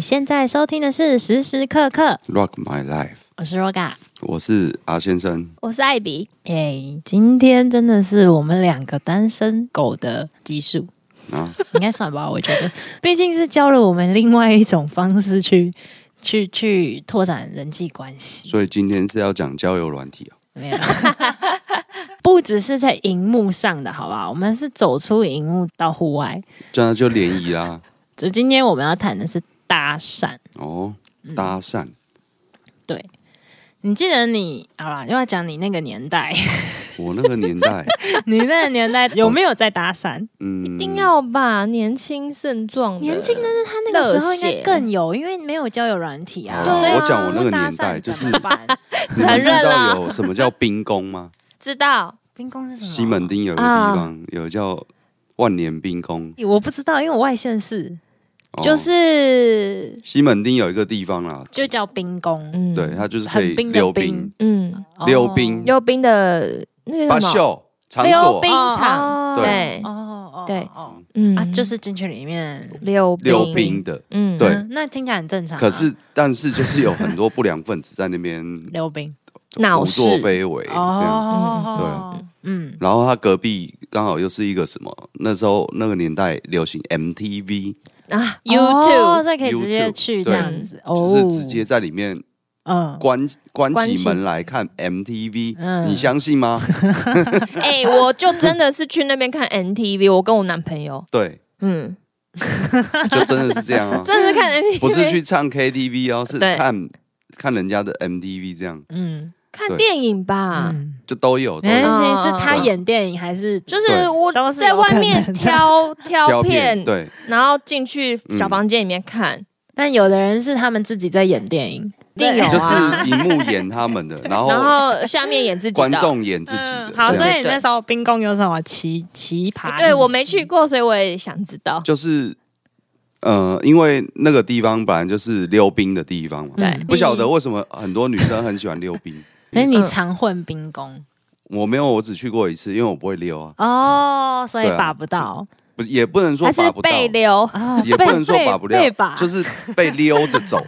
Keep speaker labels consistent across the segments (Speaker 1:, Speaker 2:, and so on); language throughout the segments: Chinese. Speaker 1: 现在收听的是《时时刻刻》，
Speaker 2: Rock My Life，
Speaker 1: 我是 Roga。
Speaker 2: 我是阿先生。
Speaker 3: 我是艾比，
Speaker 1: 哎、今天真的是我们两个单身狗的集数，
Speaker 2: 啊，
Speaker 1: 应该算吧？我觉得， 毕竟是教了我们另外一种方式去去去拓展人际关系。
Speaker 2: 所以今天是要讲交友软体啊。
Speaker 1: 没有， 不只是在荧幕上的，好不好？我们是走出荧幕到户外。
Speaker 2: 这样就联谊啦。
Speaker 1: 这今天我们要谈的是搭讪。
Speaker 2: 哦，搭讪，
Speaker 1: 对，你记得你好啦，又要讲你那个年代，
Speaker 2: 我那个年代，
Speaker 1: 你那个年代有没有在搭讪？
Speaker 2: 嗯，
Speaker 3: 一定要吧，年轻盛壮，
Speaker 1: 年轻的
Speaker 3: 人
Speaker 1: 他那个时候应
Speaker 3: 热
Speaker 1: 该
Speaker 3: 血
Speaker 1: 更有，因为没有交友软体啊。
Speaker 2: 哦
Speaker 1: 所以
Speaker 2: 我讲我那个
Speaker 1: 搭
Speaker 2: 年代
Speaker 1: 讪
Speaker 2: 就
Speaker 1: 怎
Speaker 2: 是
Speaker 1: 么办
Speaker 2: 你们
Speaker 3: 承认
Speaker 2: 知道
Speaker 3: 啦
Speaker 2: 有什么叫冰宫吗？
Speaker 3: 知道，
Speaker 1: 冰宫是什么？
Speaker 2: 西门町有一个地
Speaker 3: 啊
Speaker 2: 方有叫万年冰宫，
Speaker 1: 我不知道，因为我外县市
Speaker 2: 哦
Speaker 3: 就是
Speaker 2: 西门町有一个地方啦。
Speaker 1: 就叫冰宫，
Speaker 3: 嗯，
Speaker 2: 对，，它就是可
Speaker 1: 很
Speaker 2: 以
Speaker 1: 冰的
Speaker 2: 溜
Speaker 1: 冰
Speaker 2: 冰、
Speaker 3: 嗯，
Speaker 1: 哦
Speaker 2: 溜冰、
Speaker 3: 溜冰的那个
Speaker 2: 八
Speaker 3: 叫什么，
Speaker 2: 秀场
Speaker 3: 溜
Speaker 2: 所
Speaker 3: 冰
Speaker 1: 哦
Speaker 3: 场，对
Speaker 1: 哦，哦
Speaker 3: 对
Speaker 1: 哦
Speaker 3: 嗯
Speaker 1: 啊，就是进去里面，
Speaker 3: 溜
Speaker 2: 溜冰，的，
Speaker 3: 嗯，
Speaker 2: 对
Speaker 1: 嗯那听起来很正常啊。
Speaker 2: 可是但是就是有很多不良分子在那边
Speaker 1: 溜冰
Speaker 3: 闹
Speaker 2: 胡
Speaker 3: 事
Speaker 2: 作非为这样。
Speaker 1: 哦，对，嗯，
Speaker 2: 然后他隔壁刚好又是一个什么？那时候那个年代流行 MTV，、
Speaker 3: 啊
Speaker 1: 哦
Speaker 3: ，YouTube
Speaker 1: 这可以直接
Speaker 2: YouTube，
Speaker 1: 去这
Speaker 2: 对
Speaker 1: 样子，哦，
Speaker 2: 就是直接在里面
Speaker 1: 嗯，
Speaker 2: 关关
Speaker 3: 关
Speaker 2: 起
Speaker 3: 起
Speaker 2: 门来看 MTV，、
Speaker 1: 嗯
Speaker 2: 你相信吗？
Speaker 3: 哎，我就真的是去那边看 NTV，我跟我男朋友，
Speaker 2: 对，
Speaker 3: 嗯，
Speaker 2: 就真的是这样 啊，
Speaker 3: 真的是看 NTV，
Speaker 2: 不是去唱 KTV 哦，是
Speaker 3: 对
Speaker 2: 看看人家的 MTV，这样
Speaker 1: 嗯
Speaker 3: 看电影吧，
Speaker 1: 嗯，
Speaker 2: 就都有都
Speaker 1: 没
Speaker 2: 有
Speaker 1: 关系，
Speaker 3: 嗯
Speaker 1: 是他
Speaker 2: 嗯嗯
Speaker 1: 演电影还是
Speaker 3: 就是我
Speaker 1: 都是有
Speaker 3: 在外面
Speaker 1: 可能的
Speaker 3: 挑挑
Speaker 2: 片，
Speaker 3: 片，
Speaker 2: 对，嗯
Speaker 3: 然后进去小房间里面看，
Speaker 1: 但有的人是他们自己在演电影，
Speaker 3: 一定有
Speaker 2: 就
Speaker 3: 啊，
Speaker 2: 是荧幕演他们的，然
Speaker 3: 然
Speaker 2: 后
Speaker 3: 后下面演自己
Speaker 2: 哦观
Speaker 3: 的。
Speaker 2: 众演自己的，
Speaker 1: 嗯好，
Speaker 2: 这
Speaker 1: 所
Speaker 2: 样
Speaker 1: 以你那时候冰宫有什么奇奇葩？
Speaker 3: 对我没去，过，所以我也想知道。
Speaker 2: 就是呃，因为那个地方本来就是溜冰的地方嘛，
Speaker 1: 嗯
Speaker 3: 对
Speaker 2: 不晓得为什么很多女生很喜欢溜冰。
Speaker 1: 所哎以你
Speaker 3: 嗯
Speaker 1: 常混冰宫
Speaker 2: 我没有，我只去过一次，因为我不会溜啊，
Speaker 1: 哦，所以
Speaker 2: 对啊
Speaker 1: 把不到？
Speaker 2: 不是也不能说
Speaker 3: 还是
Speaker 2: 把不到，
Speaker 3: 被溜
Speaker 1: 啊
Speaker 2: 也不能说把不
Speaker 1: 被
Speaker 2: 掉，
Speaker 1: 把
Speaker 2: 就是被溜着 走，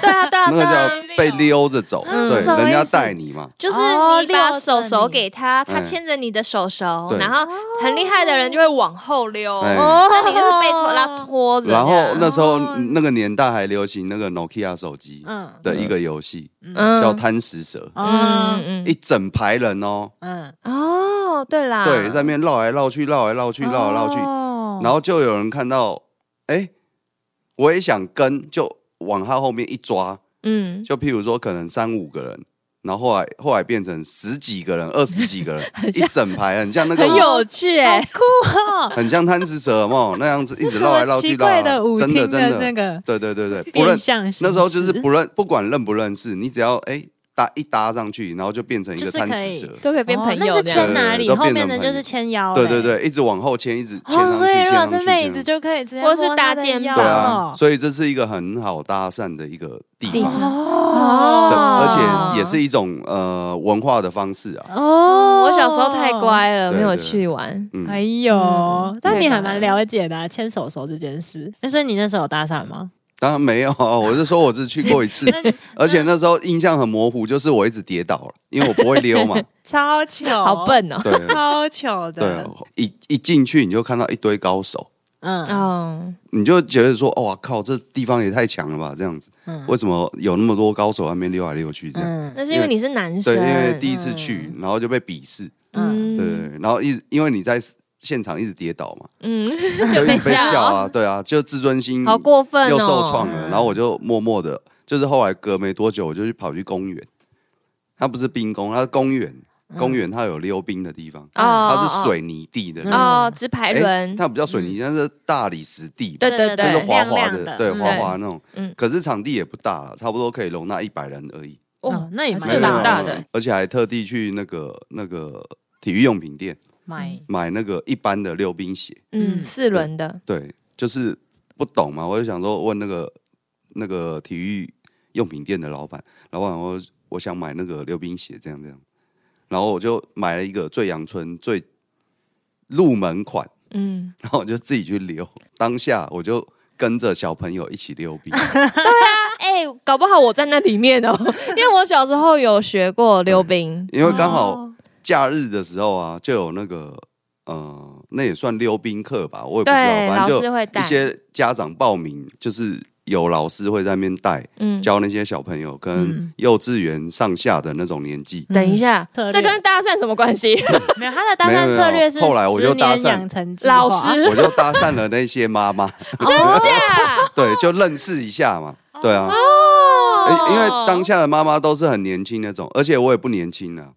Speaker 3: 对啊，对啊，
Speaker 2: 那个
Speaker 3: 对啊，
Speaker 2: 叫被溜着走，
Speaker 1: 嗯
Speaker 2: 对，
Speaker 1: 什么意思
Speaker 2: 人家带你嘛，
Speaker 3: 就是
Speaker 1: 哦
Speaker 3: 你把手
Speaker 1: 溜着
Speaker 3: 手
Speaker 1: 你
Speaker 3: 给他，他
Speaker 2: 嗯
Speaker 3: 牵着你的手手，
Speaker 2: 对
Speaker 3: 然后很厉害的人就会往后溜，
Speaker 2: 哎
Speaker 3: 那你就是被拖拉拖着。
Speaker 2: 然后那时候
Speaker 1: 哦
Speaker 2: 那个年代还流行那个 Nokia 手机
Speaker 1: 嗯
Speaker 2: 的一个游戏，
Speaker 3: 嗯
Speaker 2: 叫贪食蛇，
Speaker 1: 嗯
Speaker 3: 嗯
Speaker 2: 一整排人哦，
Speaker 1: 嗯，
Speaker 3: 哦，对啦，
Speaker 2: 对，在那边绕来绕去，绕来绕去，绕来绕去，
Speaker 1: 啊哦
Speaker 2: 然后就有人看到，哎，我也想跟，就往他后面一抓，
Speaker 3: 嗯，
Speaker 2: 就譬如说可能三五个人，然后后来后来变成十几个人、二十几个 人，一整排，很像那个
Speaker 3: 很有趣
Speaker 1: 好
Speaker 3: 哎，
Speaker 1: 酷哦，
Speaker 2: 很像贪吃蛇，有没有那 样子一直绕来绕去
Speaker 1: 奇
Speaker 2: 绕来
Speaker 1: 怪
Speaker 2: 绕
Speaker 1: 的舞
Speaker 2: 去，真
Speaker 1: 厅
Speaker 2: 的真
Speaker 1: 的那
Speaker 2: 的，
Speaker 1: 个
Speaker 2: 对对对对，不认
Speaker 1: 变相形式，
Speaker 2: 那时候就是不认不管认不认识，你只要哎搭一搭上去，然后就变成一
Speaker 1: 就
Speaker 2: 个
Speaker 1: 是
Speaker 2: 贪
Speaker 1: 可
Speaker 2: 吃
Speaker 1: 以
Speaker 2: 蛇，
Speaker 3: 都可以变朋
Speaker 1: 哦那是
Speaker 3: 友这
Speaker 1: 牵
Speaker 3: 样。
Speaker 1: 哪
Speaker 2: 对
Speaker 1: 里，
Speaker 2: 都
Speaker 1: 后
Speaker 2: 变
Speaker 1: 面的
Speaker 2: 成朋友
Speaker 1: 就是牵腰，
Speaker 2: 对对。对，一直往后牵，一直
Speaker 1: 哦，
Speaker 2: 牵上去，
Speaker 1: 所以
Speaker 2: 牵
Speaker 1: 如
Speaker 2: 上
Speaker 1: 果
Speaker 2: 去
Speaker 1: 是妹子，
Speaker 2: 这
Speaker 1: 就
Speaker 2: 样
Speaker 1: 可以直接
Speaker 3: 或是
Speaker 1: 摸她
Speaker 3: 搭
Speaker 1: 的
Speaker 3: 肩
Speaker 1: 腰
Speaker 2: 对
Speaker 3: 膀
Speaker 1: 哦
Speaker 2: 啊，所以这是一个很好搭讪的一个地
Speaker 3: 地
Speaker 2: 方，
Speaker 3: 方
Speaker 1: 哦
Speaker 2: 对，
Speaker 3: 哦
Speaker 2: 而且也是一种呃文化的方式啊，
Speaker 1: 哦，
Speaker 3: 嗯我小时候太。乖了，
Speaker 2: 对
Speaker 3: 没
Speaker 2: 对
Speaker 3: 有去玩。
Speaker 2: 嗯，
Speaker 1: 哎呦
Speaker 3: 嗯，
Speaker 1: 但你
Speaker 3: 太乖
Speaker 1: 还蛮了解的啊，牵手手这件事。但是你那时候有搭讪吗？
Speaker 2: 当然没有 啊，我是说我只去过一次， 而且那时候印象很模糊，就是我一直跌倒了，因为我不会溜嘛，
Speaker 1: 超糗，
Speaker 3: 好，笨哦，
Speaker 2: 对
Speaker 1: 超糗
Speaker 2: 对，，哦一一进去你就看到一堆高手，
Speaker 1: 嗯，
Speaker 3: 哦，
Speaker 2: 你就觉得说，哦哇靠，这地方也太强了吧，这样子，为什么有那么多高手在那边溜来溜去这样？
Speaker 1: 嗯
Speaker 3: 那是因为你是男
Speaker 2: 对，
Speaker 3: 生，
Speaker 2: 因为第一次去，然后就被鄙视，
Speaker 1: 嗯，
Speaker 2: 对对，对然后一直因为你在现场一直跌倒嘛，
Speaker 3: 嗯，
Speaker 2: 就一
Speaker 3: 被
Speaker 2: 直被
Speaker 3: 笑
Speaker 2: 笑啊，对啊，就自尊心
Speaker 3: 好过分哦，
Speaker 2: 又受创了，然后我就默默的，就是后来隔没多久，我就去跑去公园，它不是冰宫，它是公园，公园它有溜冰的地方，
Speaker 3: 嗯哦，
Speaker 2: 它是水泥地的，
Speaker 3: 哦，直排
Speaker 2: 诶
Speaker 3: 轮，嗯
Speaker 2: 它不叫水泥，它是大理石地吧，
Speaker 3: 对对
Speaker 1: 就
Speaker 2: 就
Speaker 3: 对，
Speaker 2: 是滑
Speaker 1: 亮
Speaker 2: 滑
Speaker 1: 亮
Speaker 2: 的，
Speaker 1: 的
Speaker 2: 对，
Speaker 1: 嗯
Speaker 2: 滑滑那种
Speaker 3: 嗯。
Speaker 2: 可是场地也不大了，差不多可以容纳一百人而已，
Speaker 1: 哦
Speaker 3: 哦，
Speaker 1: 那也
Speaker 3: 还
Speaker 1: 蛮
Speaker 3: 是
Speaker 2: 没有
Speaker 3: 蛮大的
Speaker 2: 没有而且还特地去那个那个体育用品店
Speaker 1: 买
Speaker 2: 买那个一般的溜冰鞋，
Speaker 1: 嗯
Speaker 3: 嗯，四轮的，
Speaker 2: 对，就是不懂嘛，我就想说问那个那个体育用品店的老板，老板我我想买那个溜冰鞋，这样这样，然后我就买了一个最阳春最入门款，
Speaker 3: 嗯，
Speaker 2: 然后我就自己去溜，当下我就跟着小朋友一起溜 冰，
Speaker 3: 哎、搞不好我在那里面 哦，因为我小时候有学过溜冰，
Speaker 2: 因为刚好假日的时候啊，就有那个呃，那也算溜冰课吧， 我也不知道，
Speaker 3: 对，
Speaker 2: 反
Speaker 3: 老
Speaker 2: 正
Speaker 3: 师
Speaker 2: 就
Speaker 3: 会带
Speaker 2: 一，些家长报名，就是有老师会在那边带，
Speaker 3: 嗯，
Speaker 2: 教那些小朋友跟
Speaker 1: 嗯
Speaker 2: 幼稚园上下的那种年纪。
Speaker 3: 等一下，
Speaker 1: 策略
Speaker 3: 这跟搭嗯 讪什么关系？
Speaker 1: 没有他的搭
Speaker 2: 没有
Speaker 1: 讪
Speaker 2: 没有
Speaker 1: 策略是
Speaker 2: 后来我就
Speaker 1: 十年
Speaker 2: 搭讪
Speaker 1: 养成计划
Speaker 3: 老师，
Speaker 2: 我就搭讪了那些 妈妈，
Speaker 3: 真 假？
Speaker 2: 对，就认识一下嘛，对啊，
Speaker 3: 哦
Speaker 2: 因因为当下的妈妈都是很年轻那种，而且我也不年轻了，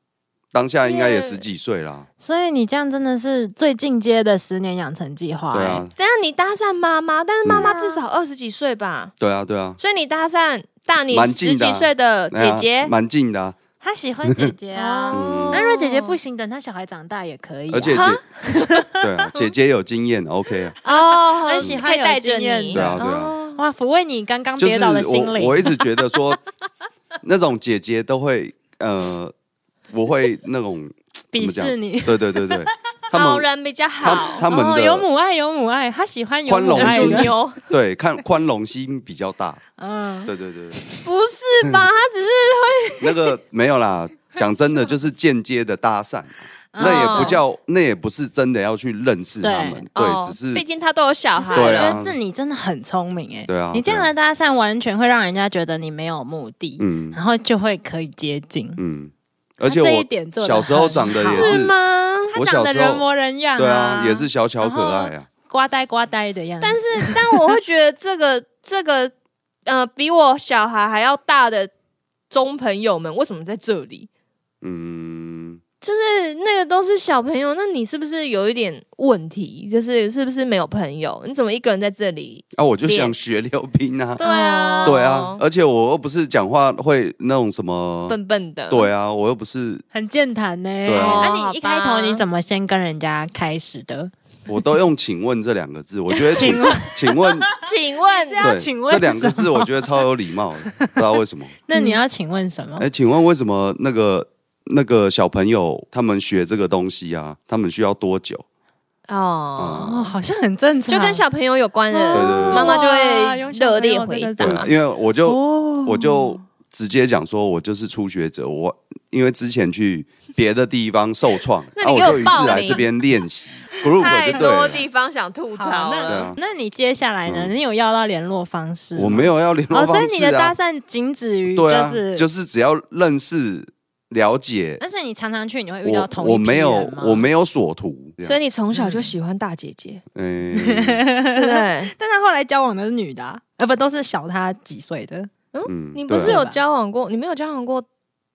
Speaker 2: 当下应该也十几岁啦，
Speaker 1: 所以你这样真的是最进阶的十年养成计划、
Speaker 2: 对
Speaker 1: 哎
Speaker 2: 啊，
Speaker 3: 等一下你搭讪妈妈，但是妈妈至少二十几岁吧，
Speaker 2: 对啊，对啊，
Speaker 3: 所以你搭讪大你
Speaker 2: 蛮
Speaker 3: 十
Speaker 2: 近的啊
Speaker 3: 几岁的
Speaker 1: 呃
Speaker 2: 哎
Speaker 3: 姐
Speaker 2: 呀
Speaker 3: 姐。
Speaker 2: 蛮嗯近的啊，
Speaker 1: 他喜欢姐姐啊。
Speaker 3: 哦
Speaker 1: 那如果姐姐不行，等他小孩长大也可以、啊。
Speaker 2: 而且
Speaker 3: 哈
Speaker 2: 姐， 对啊，姐姐有经验，OK 啊，
Speaker 3: 哦，
Speaker 1: 很喜欢
Speaker 3: 可以带着
Speaker 1: 有经验
Speaker 3: 你，
Speaker 2: 对啊对啊
Speaker 3: 哦
Speaker 1: 哇，抚慰你刚刚
Speaker 2: 就
Speaker 1: 跌
Speaker 2: 是
Speaker 1: 倒的心
Speaker 2: 我
Speaker 1: 灵
Speaker 2: 我。一直觉得说， 那种姐姐都会呃，我会那种怎么
Speaker 1: 鄙
Speaker 2: 讲
Speaker 1: 视你，
Speaker 2: 对对 对对，他
Speaker 3: 好
Speaker 2: 们
Speaker 3: 人比较
Speaker 2: 他
Speaker 3: 好，
Speaker 2: 他们
Speaker 1: 哦，
Speaker 2: 的
Speaker 1: 有母爱，有母爱，他喜欢有
Speaker 2: 宽
Speaker 1: 母
Speaker 2: 容
Speaker 3: 啊
Speaker 1: 爱嗯
Speaker 2: 心
Speaker 1: 的。
Speaker 3: 牛，
Speaker 2: 对看宽容心比较大，
Speaker 1: 嗯，
Speaker 2: 对对对，对
Speaker 3: 不是
Speaker 2: 嗯
Speaker 3: 吧？他只是
Speaker 2: 那个没有啦，讲真的就是间接的搭讪，啊
Speaker 1: 哦
Speaker 2: 那也不叫，那也不是真的要去认识他们，
Speaker 3: 哦
Speaker 2: 对，只是
Speaker 3: 毕竟他都有小
Speaker 1: 可
Speaker 3: 孩
Speaker 1: 是我
Speaker 2: 对
Speaker 1: 觉
Speaker 2: 啊
Speaker 3: 了，
Speaker 1: 得这你真的很聪明哎、
Speaker 2: 对啊
Speaker 1: 你这样的搭讪完全会让人家觉得你没有目的，
Speaker 2: 嗯
Speaker 1: 然后就会可以接近。
Speaker 2: 嗯，而且
Speaker 1: 他这一点
Speaker 2: 我
Speaker 1: 做得
Speaker 2: 小时候长得也
Speaker 1: 很好
Speaker 2: 是，
Speaker 3: 吗？
Speaker 1: 他
Speaker 2: 我
Speaker 1: 长
Speaker 2: 小
Speaker 1: 得
Speaker 2: 时
Speaker 1: 人
Speaker 2: 候
Speaker 1: 模人样、
Speaker 2: 对啊，也是小巧可
Speaker 1: 然后
Speaker 2: 爱啊，
Speaker 1: 瓜呆瓜呆的样子。
Speaker 3: 但是，但我会觉得这个 这个呃，比我小孩还要大的中朋友们，为什么在这里？
Speaker 2: 嗯。
Speaker 3: 就是那个都是小朋友，那你是不是有一点问题？就是是不是没有朋友？你怎么一个人在这里？哦
Speaker 2: 啊，我就
Speaker 3: 练
Speaker 2: 想学溜冰啊，
Speaker 1: 对啊
Speaker 2: 对啊，，而且我又不是讲话会那种什么，
Speaker 3: 笨笨的，
Speaker 2: 对啊，我又不是，
Speaker 1: 很健谈呢、欸
Speaker 2: 对啊
Speaker 1: 那、你一开头
Speaker 3: 好吧
Speaker 1: 你怎么先跟人家开始的？
Speaker 2: 我都用“请问”这两个字，我觉得请
Speaker 1: 请问
Speaker 2: 请问，
Speaker 3: 请问
Speaker 1: 是要请问
Speaker 2: 这两个
Speaker 1: 什
Speaker 2: 字，
Speaker 1: 么
Speaker 2: 我觉得超有礼貌的，不知道为 什么。
Speaker 1: 那你要请问什么？
Speaker 2: 哎，请问为什么那个那个小朋友他们学这个东西啊，他们需要多久？
Speaker 3: 哦。
Speaker 1: 哦，好像很正常，
Speaker 3: 就跟小朋友有关
Speaker 1: 对
Speaker 2: 对
Speaker 3: 的，
Speaker 2: 对
Speaker 3: 妈妈就
Speaker 1: 哇
Speaker 3: 会
Speaker 1: 用小朋友
Speaker 3: 热烈
Speaker 1: 这个
Speaker 3: 回
Speaker 1: 字
Speaker 2: 对啊，
Speaker 3: 答。
Speaker 2: 因为我就
Speaker 1: 哦
Speaker 2: 我就直接讲说，我就是初学者，我因为之前去别的地方受创，
Speaker 3: 那
Speaker 2: 啊，
Speaker 3: 你
Speaker 2: 我
Speaker 3: 给我
Speaker 2: 就于
Speaker 3: 报
Speaker 2: 是来
Speaker 3: 名
Speaker 2: 这边 练习 group 就对了。
Speaker 3: 方想吐
Speaker 1: 好，
Speaker 2: 对
Speaker 1: 那
Speaker 2: 啊
Speaker 1: 那你接下来呢？
Speaker 2: 嗯
Speaker 1: 你有要到联络方式？
Speaker 2: 我没。有要联
Speaker 1: 哦，
Speaker 2: 络方式、啊
Speaker 1: 所以你的搭讪仅止于就
Speaker 2: 对啊，
Speaker 1: 是
Speaker 2: 就，是只要认识、了解，
Speaker 1: 但是你常常去，你会遇到
Speaker 2: 我
Speaker 1: 同一
Speaker 2: 我
Speaker 1: 批
Speaker 2: 没有
Speaker 1: 人吗
Speaker 2: 我，没有所图，这
Speaker 3: 所以
Speaker 2: 样
Speaker 3: 你从小就喜欢大姐姐，
Speaker 2: 嗯
Speaker 3: 对不对？
Speaker 1: 但他后来交往的是女的啊，呃，不都是小他几岁的？
Speaker 2: 嗯
Speaker 3: 你不是
Speaker 2: 对啊
Speaker 3: 有交往过？你没有交往过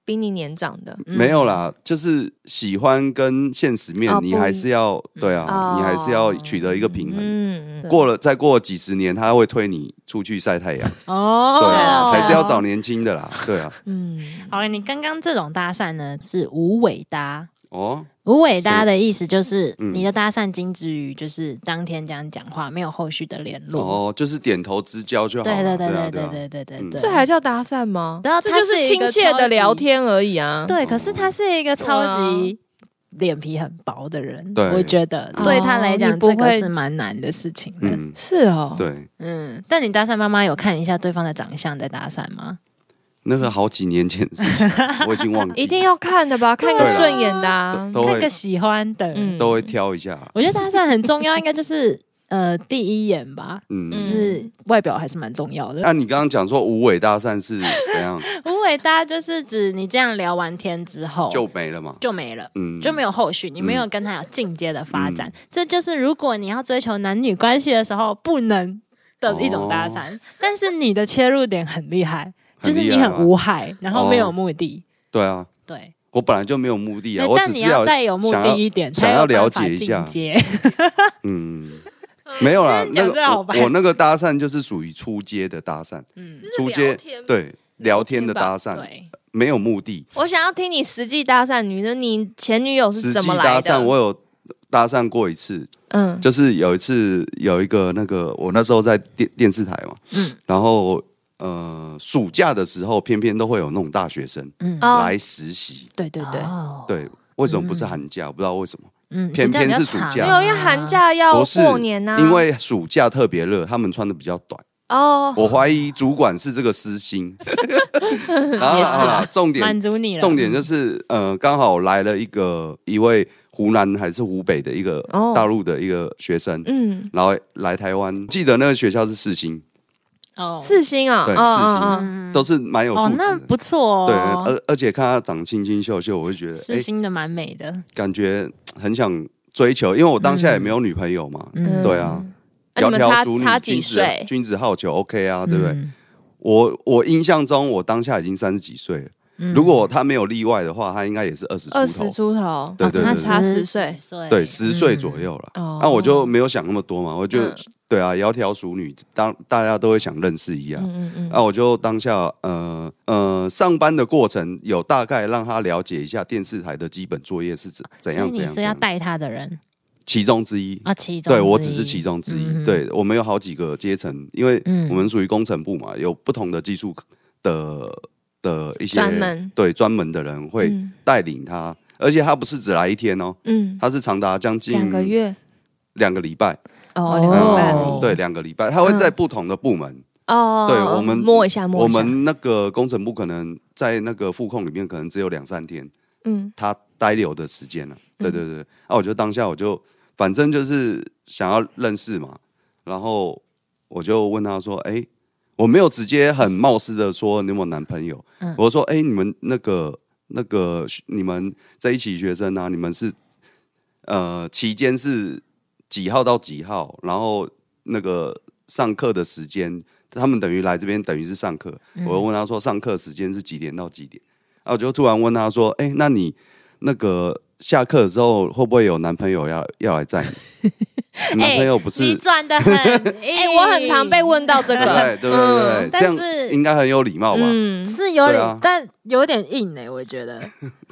Speaker 3: 比你年长的？
Speaker 1: 嗯
Speaker 2: 没有啦，就是喜欢跟现实面
Speaker 3: 哦，
Speaker 2: 你
Speaker 3: 不
Speaker 2: 还
Speaker 3: 一
Speaker 2: 是要对啊
Speaker 3: 哦，
Speaker 2: 你还是要取得一个平衡。
Speaker 3: 嗯，
Speaker 2: 过了再过几十年，他会推你出去晒太阳，
Speaker 1: 哦，
Speaker 2: 对啊，
Speaker 3: 对
Speaker 2: 还是要找年轻的啦，对啊，
Speaker 3: 嗯，
Speaker 1: 好了，你刚刚这种搭讪呢是无尾搭，
Speaker 2: 哦，
Speaker 1: 无尾搭的意思就是
Speaker 2: 嗯
Speaker 1: 你的搭讪仅止于就是当天这样讲话，没有后续的联络。
Speaker 2: 哦，就是点头之交就好
Speaker 1: 对对
Speaker 2: 了，
Speaker 1: 对
Speaker 2: 啊，
Speaker 1: 对
Speaker 2: 对
Speaker 1: 对
Speaker 2: 啊，
Speaker 1: 对对对
Speaker 2: 嗯
Speaker 1: 对，
Speaker 3: 这还叫搭讪吗？
Speaker 1: 对啊
Speaker 3: 这
Speaker 1: 它
Speaker 3: 就是
Speaker 1: 一
Speaker 3: 亲
Speaker 1: 个
Speaker 3: 切
Speaker 1: 超级
Speaker 3: 的聊天而已啊。
Speaker 1: 对，可是他是一个超
Speaker 3: 对
Speaker 1: 级脸皮很薄的人，
Speaker 2: 啊对
Speaker 1: 我觉得
Speaker 3: 哦
Speaker 1: 对他来讲
Speaker 3: 你不
Speaker 1: 这
Speaker 3: 会
Speaker 1: 个是蛮难的事情的。
Speaker 2: 嗯，
Speaker 3: 是哦，
Speaker 2: 对，
Speaker 1: 嗯，但你搭讪妈妈有看一下对方的长相再搭讪吗？
Speaker 2: 那个好几年前的事 情，我已经忘记，
Speaker 3: 一定要看的吧，看个
Speaker 2: 对啦
Speaker 3: 顺眼的啊。
Speaker 2: 都
Speaker 1: 嗯看
Speaker 2: 会
Speaker 1: 个喜欢的，
Speaker 3: 嗯
Speaker 2: 都会挑一下，
Speaker 1: 我觉得搭讪很重要，应该就是呃第一眼吧，
Speaker 2: 嗯
Speaker 1: 就
Speaker 3: 嗯
Speaker 1: 是外表还是蛮重要的。
Speaker 2: 那、你刚刚讲说无尾大善是 怎样
Speaker 1: 无尾搭就是指你这样聊完天之后
Speaker 2: 就没了嘛？
Speaker 1: 就没了。
Speaker 2: 嗯，
Speaker 1: 哦就没有后续，你没有跟他有进阶的发展，这就是如果你要追求男女关系的时候不能的一种搭讪。但是你的切入点很厉害，
Speaker 2: 哦
Speaker 1: 就
Speaker 2: 很
Speaker 1: 是
Speaker 2: 厉害
Speaker 1: 你
Speaker 2: 吗
Speaker 1: 很无害，然后没有
Speaker 2: 哦
Speaker 1: 目的，
Speaker 2: 对啊，
Speaker 1: 对。
Speaker 2: 我本来就没有目的啊，
Speaker 1: 对
Speaker 2: 我
Speaker 1: 但
Speaker 2: 只
Speaker 1: 你
Speaker 2: 是
Speaker 1: 要再有目
Speaker 2: 想
Speaker 1: 的
Speaker 2: 要
Speaker 1: 一点，
Speaker 2: 想
Speaker 1: 才
Speaker 2: 要
Speaker 1: 有办
Speaker 2: 了
Speaker 1: 法
Speaker 2: 解一
Speaker 1: 进
Speaker 2: 下
Speaker 1: 阶
Speaker 2: 嗯，没 有啦，
Speaker 1: 真的
Speaker 2: 那
Speaker 1: 讲这好
Speaker 2: 个
Speaker 1: 白
Speaker 2: 我我那个搭讪就是属于出街的搭 讪，
Speaker 1: 嗯，
Speaker 2: 出街对聊天的搭讪，
Speaker 1: 对，
Speaker 2: 没有目的。
Speaker 3: 我想要听你实际搭讪女生，你前女友是
Speaker 2: 实
Speaker 3: 怎
Speaker 2: 际
Speaker 3: 么来
Speaker 2: 搭
Speaker 3: 的？
Speaker 2: 讪我有搭讪过一次，
Speaker 3: 嗯，
Speaker 2: 就是有一次有一个那个我那时候在电电视台嘛，
Speaker 1: 嗯
Speaker 2: 然后呃暑假的时候偏偏都会有那种大学生
Speaker 1: 嗯，
Speaker 3: 哦
Speaker 2: 来实习，
Speaker 3: 对对对，
Speaker 1: 哦，
Speaker 2: 对，为什么不是寒假？不知道为什么。
Speaker 1: 嗯，
Speaker 2: 偏
Speaker 1: 暑假比较
Speaker 2: 偏是暑
Speaker 1: 长
Speaker 2: 假
Speaker 3: 没
Speaker 1: 啊
Speaker 3: 有，因为寒假要
Speaker 2: 不是
Speaker 3: 过年啊呐、
Speaker 2: 因为暑假特别热，他们穿的比较短。
Speaker 3: 哦，
Speaker 2: 我怀疑主管是这个私心。然后
Speaker 1: 也是
Speaker 2: 好
Speaker 1: 啦
Speaker 2: 啦，重点
Speaker 1: 满足你了。
Speaker 2: 重点就是呃，刚好来了一个一位湖南还是湖北的一个
Speaker 3: 哦
Speaker 2: 大陆的一个学生，
Speaker 3: 嗯，
Speaker 2: 然后来台湾，记得那个学校是四星，
Speaker 1: 哦，
Speaker 3: 四星啊，
Speaker 2: 对
Speaker 3: 嗯嗯
Speaker 2: 四星
Speaker 3: 嗯，
Speaker 1: 嗯
Speaker 2: 都是蛮有素
Speaker 1: 哦
Speaker 2: 质，
Speaker 1: 那
Speaker 2: 的。
Speaker 1: 不错
Speaker 2: 对，
Speaker 1: 哦。
Speaker 2: 而而且看他长清清秀秀，我就觉得
Speaker 1: 是
Speaker 2: 哎、
Speaker 1: 新的蛮美的，
Speaker 2: 感觉很想追求，因为我当下也没有女朋友嘛，
Speaker 1: 嗯，
Speaker 2: 对啊，
Speaker 3: 那你
Speaker 2: 窈
Speaker 3: 们
Speaker 2: 窕
Speaker 3: 差
Speaker 2: 淑
Speaker 3: 差
Speaker 2: 女，
Speaker 3: 几
Speaker 2: 君子
Speaker 3: 岁？
Speaker 2: 君子好逑，OK 啊，对不对？
Speaker 1: 嗯？
Speaker 2: 我我印象中，我当下已经三十几岁了，
Speaker 1: 嗯
Speaker 2: 如果他没有例外的话，他应该也是二十
Speaker 3: 二
Speaker 2: 出
Speaker 3: 十
Speaker 2: 头，
Speaker 3: 出头，
Speaker 2: 对
Speaker 1: 哦
Speaker 2: 对对对
Speaker 3: 差十岁，
Speaker 1: 岁嗯
Speaker 2: 对，十岁左
Speaker 1: 右。
Speaker 2: 右了。
Speaker 3: 哦
Speaker 2: 那我就没有想那么多嘛，我就
Speaker 3: 嗯
Speaker 2: 对啊，窈窕淑女，当大家都会想认识一样。
Speaker 3: 嗯嗯
Speaker 2: 那我就当下呃呃上班的过程有大概让他了解一下电视台的基本作业是怎
Speaker 1: 所
Speaker 2: 怎
Speaker 1: 以
Speaker 2: 样怎
Speaker 1: 你
Speaker 2: 样
Speaker 1: 是
Speaker 2: 怎
Speaker 1: 要
Speaker 2: 样，
Speaker 1: 带他的人
Speaker 2: 其中之一。
Speaker 1: 啊？其中
Speaker 2: 对我
Speaker 1: 之
Speaker 2: 只是
Speaker 1: 一
Speaker 2: 其中之一，
Speaker 1: 嗯哼
Speaker 2: 对我们有好几个阶层，因为
Speaker 1: 嗯
Speaker 2: 我们属于工程部嘛，有不同的技术的的一些
Speaker 3: 专门
Speaker 2: 对专门的人会
Speaker 3: 嗯
Speaker 2: 带领他，而且他不是只来一天哦，
Speaker 3: 嗯，
Speaker 2: 他是长达将近
Speaker 3: 两个月
Speaker 2: 两个礼拜，嗯
Speaker 3: 哦，
Speaker 1: 哦
Speaker 3: 两个礼拜而
Speaker 1: 哦
Speaker 3: 已
Speaker 2: 对，两个礼拜，他会在不同的部门，
Speaker 3: 哦，
Speaker 2: 对我们
Speaker 3: 摸一下摸
Speaker 2: 我
Speaker 3: 一下，
Speaker 2: 们那个工程部可能在那个复控里面可能只有两三天，
Speaker 3: 嗯
Speaker 2: 他待留的时间了、对对对，啊，我就当下我就反正就是想要认识嘛，然后我就问他说：“哎、我没有直接很冒失的说你有没有男朋友，
Speaker 1: 嗯
Speaker 2: 我说：哎、你们那个那个你们在一起学生啊，你们是呃期间是几号到几号，然后那个上课的时间。”他们等于来这边等于是上课，
Speaker 1: 嗯
Speaker 2: 我就问他说上课时间是几点到几点？啊，我就突然问他说：“哎、那你那个下课的时候会不会有男朋友要要来载你？ 你男朋友不是、
Speaker 1: 你转 的很，
Speaker 3: 哎、
Speaker 1: 哎
Speaker 3: 我很常被问到这
Speaker 2: 对啊
Speaker 3: 个，
Speaker 2: 对对对对，
Speaker 1: 但
Speaker 2: 这
Speaker 1: 是
Speaker 2: 样应该很有礼貌吧？
Speaker 3: 嗯，
Speaker 1: 是有
Speaker 2: 对
Speaker 1: 点，
Speaker 2: 啊
Speaker 1: 但有点硬哎、我觉 得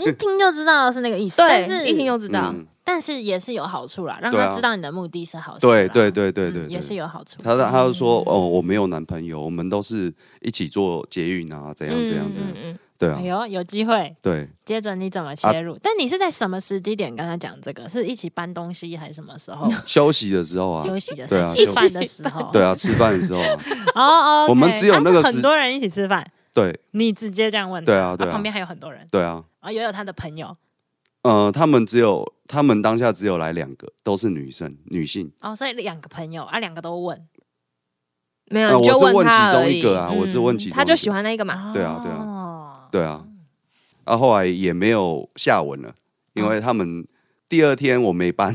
Speaker 1: 一听就知道是那个意思。但
Speaker 3: 对，
Speaker 1: 是
Speaker 3: 一听就知道，
Speaker 2: 嗯
Speaker 1: 但是也是有好处啦，让
Speaker 2: 对
Speaker 1: 他
Speaker 2: 啊
Speaker 1: 知道你的目的是好事啦。
Speaker 2: 对对对对
Speaker 1: 嗯
Speaker 2: 对对
Speaker 1: 也是有好处。
Speaker 2: 他他就说哦，我没有男朋友，我们都是一起做捷运啊，怎样怎样怎样，
Speaker 3: 嗯
Speaker 2: 对
Speaker 1: 哎
Speaker 2: 啊，
Speaker 1: 呦，有机会。
Speaker 2: 对，
Speaker 1: 接着你怎么切
Speaker 2: 啊
Speaker 1: 入？但你是在什么时机点跟他讲这个？是一起搬东西还是什么时 候？
Speaker 2: 休息的时候啊，
Speaker 1: 休息的时
Speaker 2: 对
Speaker 1: 候，
Speaker 2: 啊
Speaker 1: 吃
Speaker 2: 休息
Speaker 1: 饭的时候。
Speaker 2: 对啊，吃饭的时候啊，
Speaker 1: 哦哦，
Speaker 2: 我们
Speaker 1: OK
Speaker 2: 只有
Speaker 1: 啊
Speaker 2: 那个
Speaker 1: 是很
Speaker 2: 时
Speaker 1: 多人一起吃饭，
Speaker 2: 对
Speaker 1: 你直接这样问他。
Speaker 2: 对啊对啊
Speaker 1: 旁边还有很多人，
Speaker 2: 对啊，
Speaker 1: 啊，也有他的朋友。
Speaker 2: 呃，他们只有他们当下只有来两个，都是女生女性。
Speaker 1: 哦，所以两个朋友啊，两个都问。
Speaker 3: 没有，
Speaker 2: 呃
Speaker 3: 你就
Speaker 2: 我是问
Speaker 3: 他
Speaker 2: 其中
Speaker 3: 而已嗯
Speaker 2: 一个啊我是问其中一个
Speaker 3: 他就喜欢那一个嘛，
Speaker 2: 对啊对啊
Speaker 1: 啊
Speaker 2: 对啊，啊，后来也没有下文了，因
Speaker 3: 嗯
Speaker 2: 为他们第二天我没 班，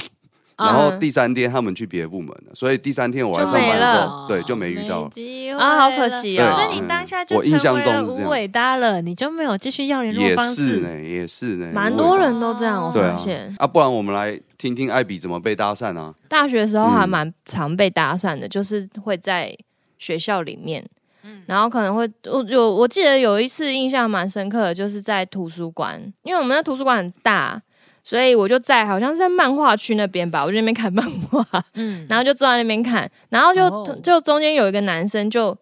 Speaker 2: 然后第三天他们去别的部门了，所以第三天我来上班的时
Speaker 3: 就哦
Speaker 2: 候，对，就没遇到了。
Speaker 1: 机会
Speaker 3: 啊好可惜
Speaker 2: 哦
Speaker 1: 了所
Speaker 2: 对
Speaker 1: 以你当下就
Speaker 2: 我
Speaker 1: 成
Speaker 2: 印象
Speaker 1: 为
Speaker 2: 中
Speaker 1: 了
Speaker 2: 是这
Speaker 1: 无
Speaker 2: 样
Speaker 1: 尾搭了，你就没有继续要联络
Speaker 2: 也
Speaker 1: 方
Speaker 2: 是
Speaker 1: 式。
Speaker 2: 呢，也是呢，
Speaker 3: 蛮
Speaker 2: 哎我
Speaker 3: 多
Speaker 2: 也
Speaker 3: 人都这样，我
Speaker 2: 对
Speaker 3: 发
Speaker 2: 啊
Speaker 3: 现、
Speaker 2: 啊，不然我们来听听艾比怎么被搭讪啊？
Speaker 3: 大学的时候还
Speaker 2: 嗯
Speaker 3: 蛮常被搭讪的，就是会在学校里面，
Speaker 1: 嗯
Speaker 3: 然后可能会我有我记得有一次印象蛮深刻的，就是在图书馆，因为我们的图书馆很大。所以我就在好像是在漫画区那边吧，我就在那边看漫画，
Speaker 1: 嗯，
Speaker 3: 然后就坐在那边看，然后就、
Speaker 1: 哦
Speaker 3: 就中间有一个男生就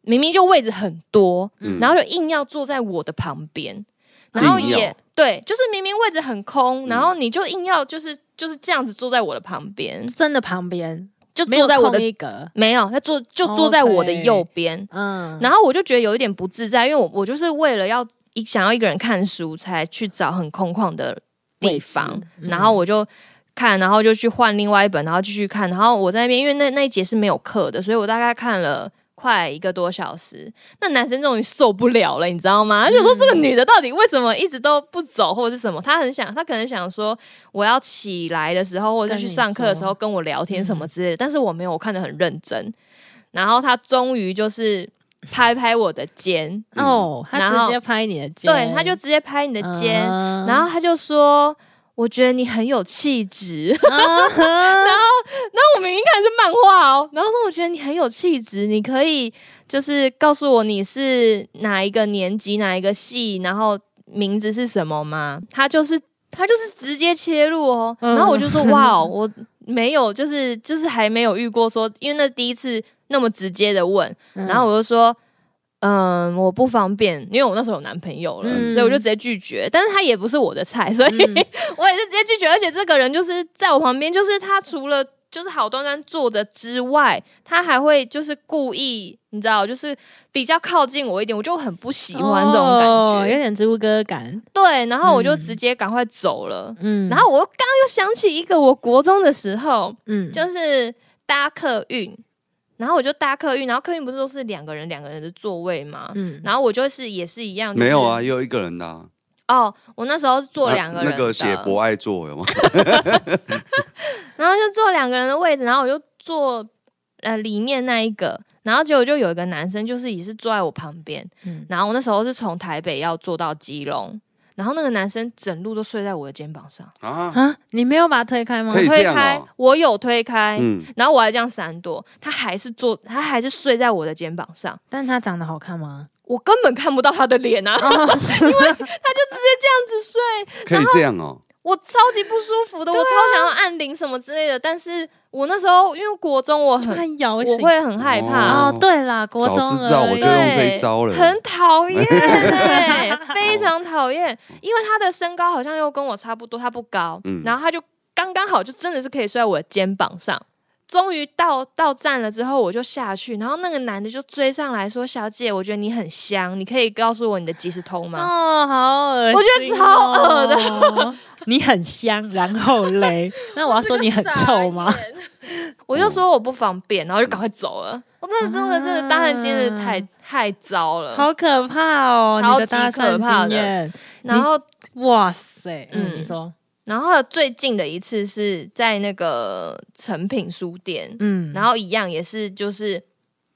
Speaker 3: 明明就位置很多，
Speaker 2: 嗯
Speaker 3: 然后就硬要坐在我的旁边，然后
Speaker 2: 硬要
Speaker 3: 也对，就是明明位置很空，
Speaker 2: 嗯
Speaker 3: 然后你就硬要就是就是这样子坐在我的旁边，
Speaker 1: 真的旁边
Speaker 3: 就
Speaker 1: 没有
Speaker 3: 坐在我的
Speaker 1: 空一格。
Speaker 3: 没有，他坐就坐在我的右边，
Speaker 1: 嗯，
Speaker 3: 然后我就觉得有一点不自在，因为我我就是为了要一想要一个人看书，才去找很空旷的地
Speaker 1: 位
Speaker 3: 方
Speaker 1: 置，嗯
Speaker 3: 然后我就。看，然后就去换另外一本，然后继续看。然后我在那边，因为那那一节是没有课的，所以我大概看了快一个多小时。那男生终于受不了了，你知道
Speaker 1: 嗯
Speaker 3: 吗？他就说这个女的到底为什么一直都不走，或者是什么？他很想，他可能想说我要起来的时候，或者是去上课的时候跟我聊天什么之类
Speaker 1: 嗯
Speaker 3: 的。但是我没有，我看得很认真。然后他终于就是拍拍我的肩，
Speaker 1: 哦，他
Speaker 3: 嗯然
Speaker 1: 直
Speaker 3: 后
Speaker 1: 接拍你的肩，
Speaker 3: 对，他就直接拍你的肩，
Speaker 1: 嗯
Speaker 3: 然后他就说。我觉得你很有气质，然后，
Speaker 1: 嗯
Speaker 3: 然后我明明看的是漫画哦，然后说我觉得你很有气质，你可以就是告诉我你是哪一个年级、哪一个系，然后名字是什么吗？他就是他就是直接切入哦，
Speaker 1: 嗯
Speaker 3: 然后我就说哇哦，我没有，就是就是还没有遇过说，因为那第一次那么直接的问，
Speaker 1: 嗯
Speaker 3: 然后我就说，嗯，我不方便，因为我那时候有男朋友了，
Speaker 1: 嗯
Speaker 3: 所以我就直接拒绝。但是他也不是我的菜，所以、我也是直接拒绝。而且这个人就是在我旁边，就是他除了就是好端端坐着之外，他还会就是故意，你知道，就是比较靠近我一点，我就很不喜欢这种感
Speaker 1: 哦有
Speaker 3: 觉。
Speaker 1: 点植物哥感。
Speaker 3: 对，然后我就
Speaker 1: 嗯
Speaker 3: 直接赶快走了。
Speaker 1: 嗯
Speaker 3: 然后我又刚又想起一个，我国中的时候，
Speaker 1: 嗯，
Speaker 3: 就是搭客运，然后我就搭客运，然后客运不是都是两个人两个人的座位吗？
Speaker 1: 嗯
Speaker 3: 然后我就是也是一样，就是
Speaker 2: 没有啊，也有一个人的、啊，
Speaker 3: 哦，我那时候是坐两个人的、
Speaker 2: 那那个写博爱座有吗？
Speaker 3: 然后就坐两个人的位置，然后我就坐呃里面那一个，然后结果就有一个男生就是也是坐在我旁边，
Speaker 1: 嗯
Speaker 3: 然后我那时候是从台北要坐到基隆，然后那个男生整路都睡在我的肩膀上，
Speaker 2: 啊，
Speaker 1: 啊，你没有把它推开吗
Speaker 2: 可？以
Speaker 3: 推
Speaker 2: 这样
Speaker 3: 开
Speaker 2: 哦，
Speaker 3: 我有推开。
Speaker 2: 嗯，
Speaker 3: 然后我还这样闪躲，他还是坐，他还是睡在我的肩膀上，
Speaker 1: 但它长得好看吗？
Speaker 3: 我根本看不到他的脸啊，因为他就直接这样子睡，
Speaker 2: 可以这样哦。
Speaker 3: 我超级不舒服的，我超想要按铃什么之类的，但是我那时候因为国中我很
Speaker 1: 它咬
Speaker 3: 我会啊很害怕，
Speaker 1: 哦，对啦，国中
Speaker 2: 早知道
Speaker 1: 而已
Speaker 2: 我就
Speaker 3: 对，
Speaker 2: 用这一招了
Speaker 3: 很 讨厌、欸，非常讨
Speaker 2: 哦
Speaker 3: 厌，因为他的身高好像又跟我差不多，他不高，
Speaker 2: 嗯
Speaker 3: 然后他就刚刚好就真的是可以睡在我的肩膀上。终于到到站了之后，我就下去，然后那个男的就追上来说：“小姐，我觉得你很香，你可以告诉我你的即时通吗？”
Speaker 1: 哦，好恶心哦、
Speaker 3: 我觉得超 恶
Speaker 1: 的。你很香，然后嘞， 那我要说你很臭吗？？
Speaker 3: 我就说我不方便，然后就赶快走了。我哦真的真的真的搭讪真的太
Speaker 1: 啊
Speaker 3: 太糟了。
Speaker 1: 好可怕哦！
Speaker 3: 超
Speaker 1: 你
Speaker 3: 级
Speaker 1: 的搭讪经验，
Speaker 3: 然后
Speaker 1: 哇塞，
Speaker 3: 嗯
Speaker 1: 嗯，你说，
Speaker 3: 然后最近的一次是在那个诚品书店，
Speaker 1: 嗯，
Speaker 3: 然后一样也是就是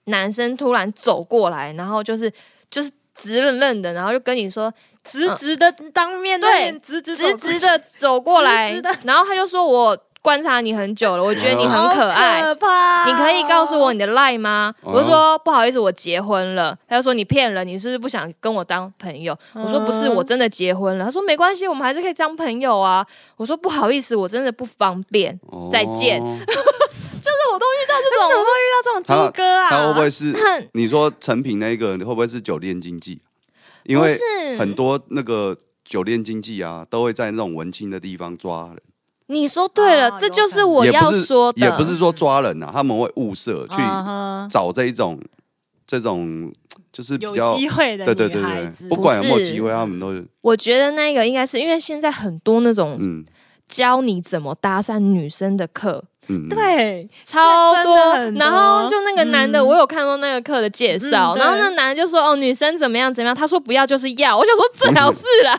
Speaker 3: 男生突然走过来，然后就是就是直愣愣的，然后就跟你说
Speaker 1: 直直的当面
Speaker 3: 对
Speaker 1: 那边直直
Speaker 3: 直
Speaker 1: 走
Speaker 3: 直的走过来
Speaker 1: 直直地，
Speaker 3: 然后他就说我观察你很久了，我觉得你很可爱，
Speaker 1: 好可怕哦
Speaker 3: 你可以告诉我你的 line 吗？
Speaker 2: 哦
Speaker 3: 我就说不好意思，我结婚了。他就说你骗人，你是不是不想跟我当朋友？我说不是，
Speaker 1: 嗯
Speaker 3: 我真的结婚了。他说没关系，我们还是可以当朋友啊。我说不好意思，我真的不方便。
Speaker 2: 哦
Speaker 3: 再见。就是我都遇到这
Speaker 1: 怎么
Speaker 3: 种
Speaker 1: 会遇到这种猪哥啊？
Speaker 2: 他会不会 是
Speaker 3: 很
Speaker 2: 你说成品那一个？会不会是酒店经济？因
Speaker 3: 不
Speaker 2: 为
Speaker 3: 是
Speaker 2: 很多那个酒店经济啊，都会在那种文青的地方抓人。
Speaker 3: 你说对了，
Speaker 1: 哦
Speaker 3: 这就是我
Speaker 2: 也
Speaker 3: 要
Speaker 2: 不是
Speaker 3: 说的，
Speaker 2: 也不是说抓人啊，他们会物色去
Speaker 1: 啊哈
Speaker 2: 找这一种这种就是比较
Speaker 1: 有机会的
Speaker 2: 对对
Speaker 1: 女
Speaker 2: 对
Speaker 1: 孩
Speaker 2: 对，
Speaker 1: 子
Speaker 2: 不管有没
Speaker 3: 不
Speaker 2: 有
Speaker 3: 是
Speaker 2: 机会，他们都是
Speaker 3: 我觉得那个应该是因为现在很多那种
Speaker 2: 嗯
Speaker 3: 教你怎么搭讪女生的课，
Speaker 2: 嗯，嗯，
Speaker 1: 对
Speaker 3: 超
Speaker 1: 是真的
Speaker 3: 多
Speaker 1: 很。
Speaker 3: 然后就那个男的，
Speaker 1: 嗯
Speaker 3: 我有看到那个课的介
Speaker 1: 嗯
Speaker 3: 绍，
Speaker 1: 对
Speaker 3: 然后那男的就说：“哦，女生怎么样怎么样？”他说：“不要就是 要。”我想说最好是啦，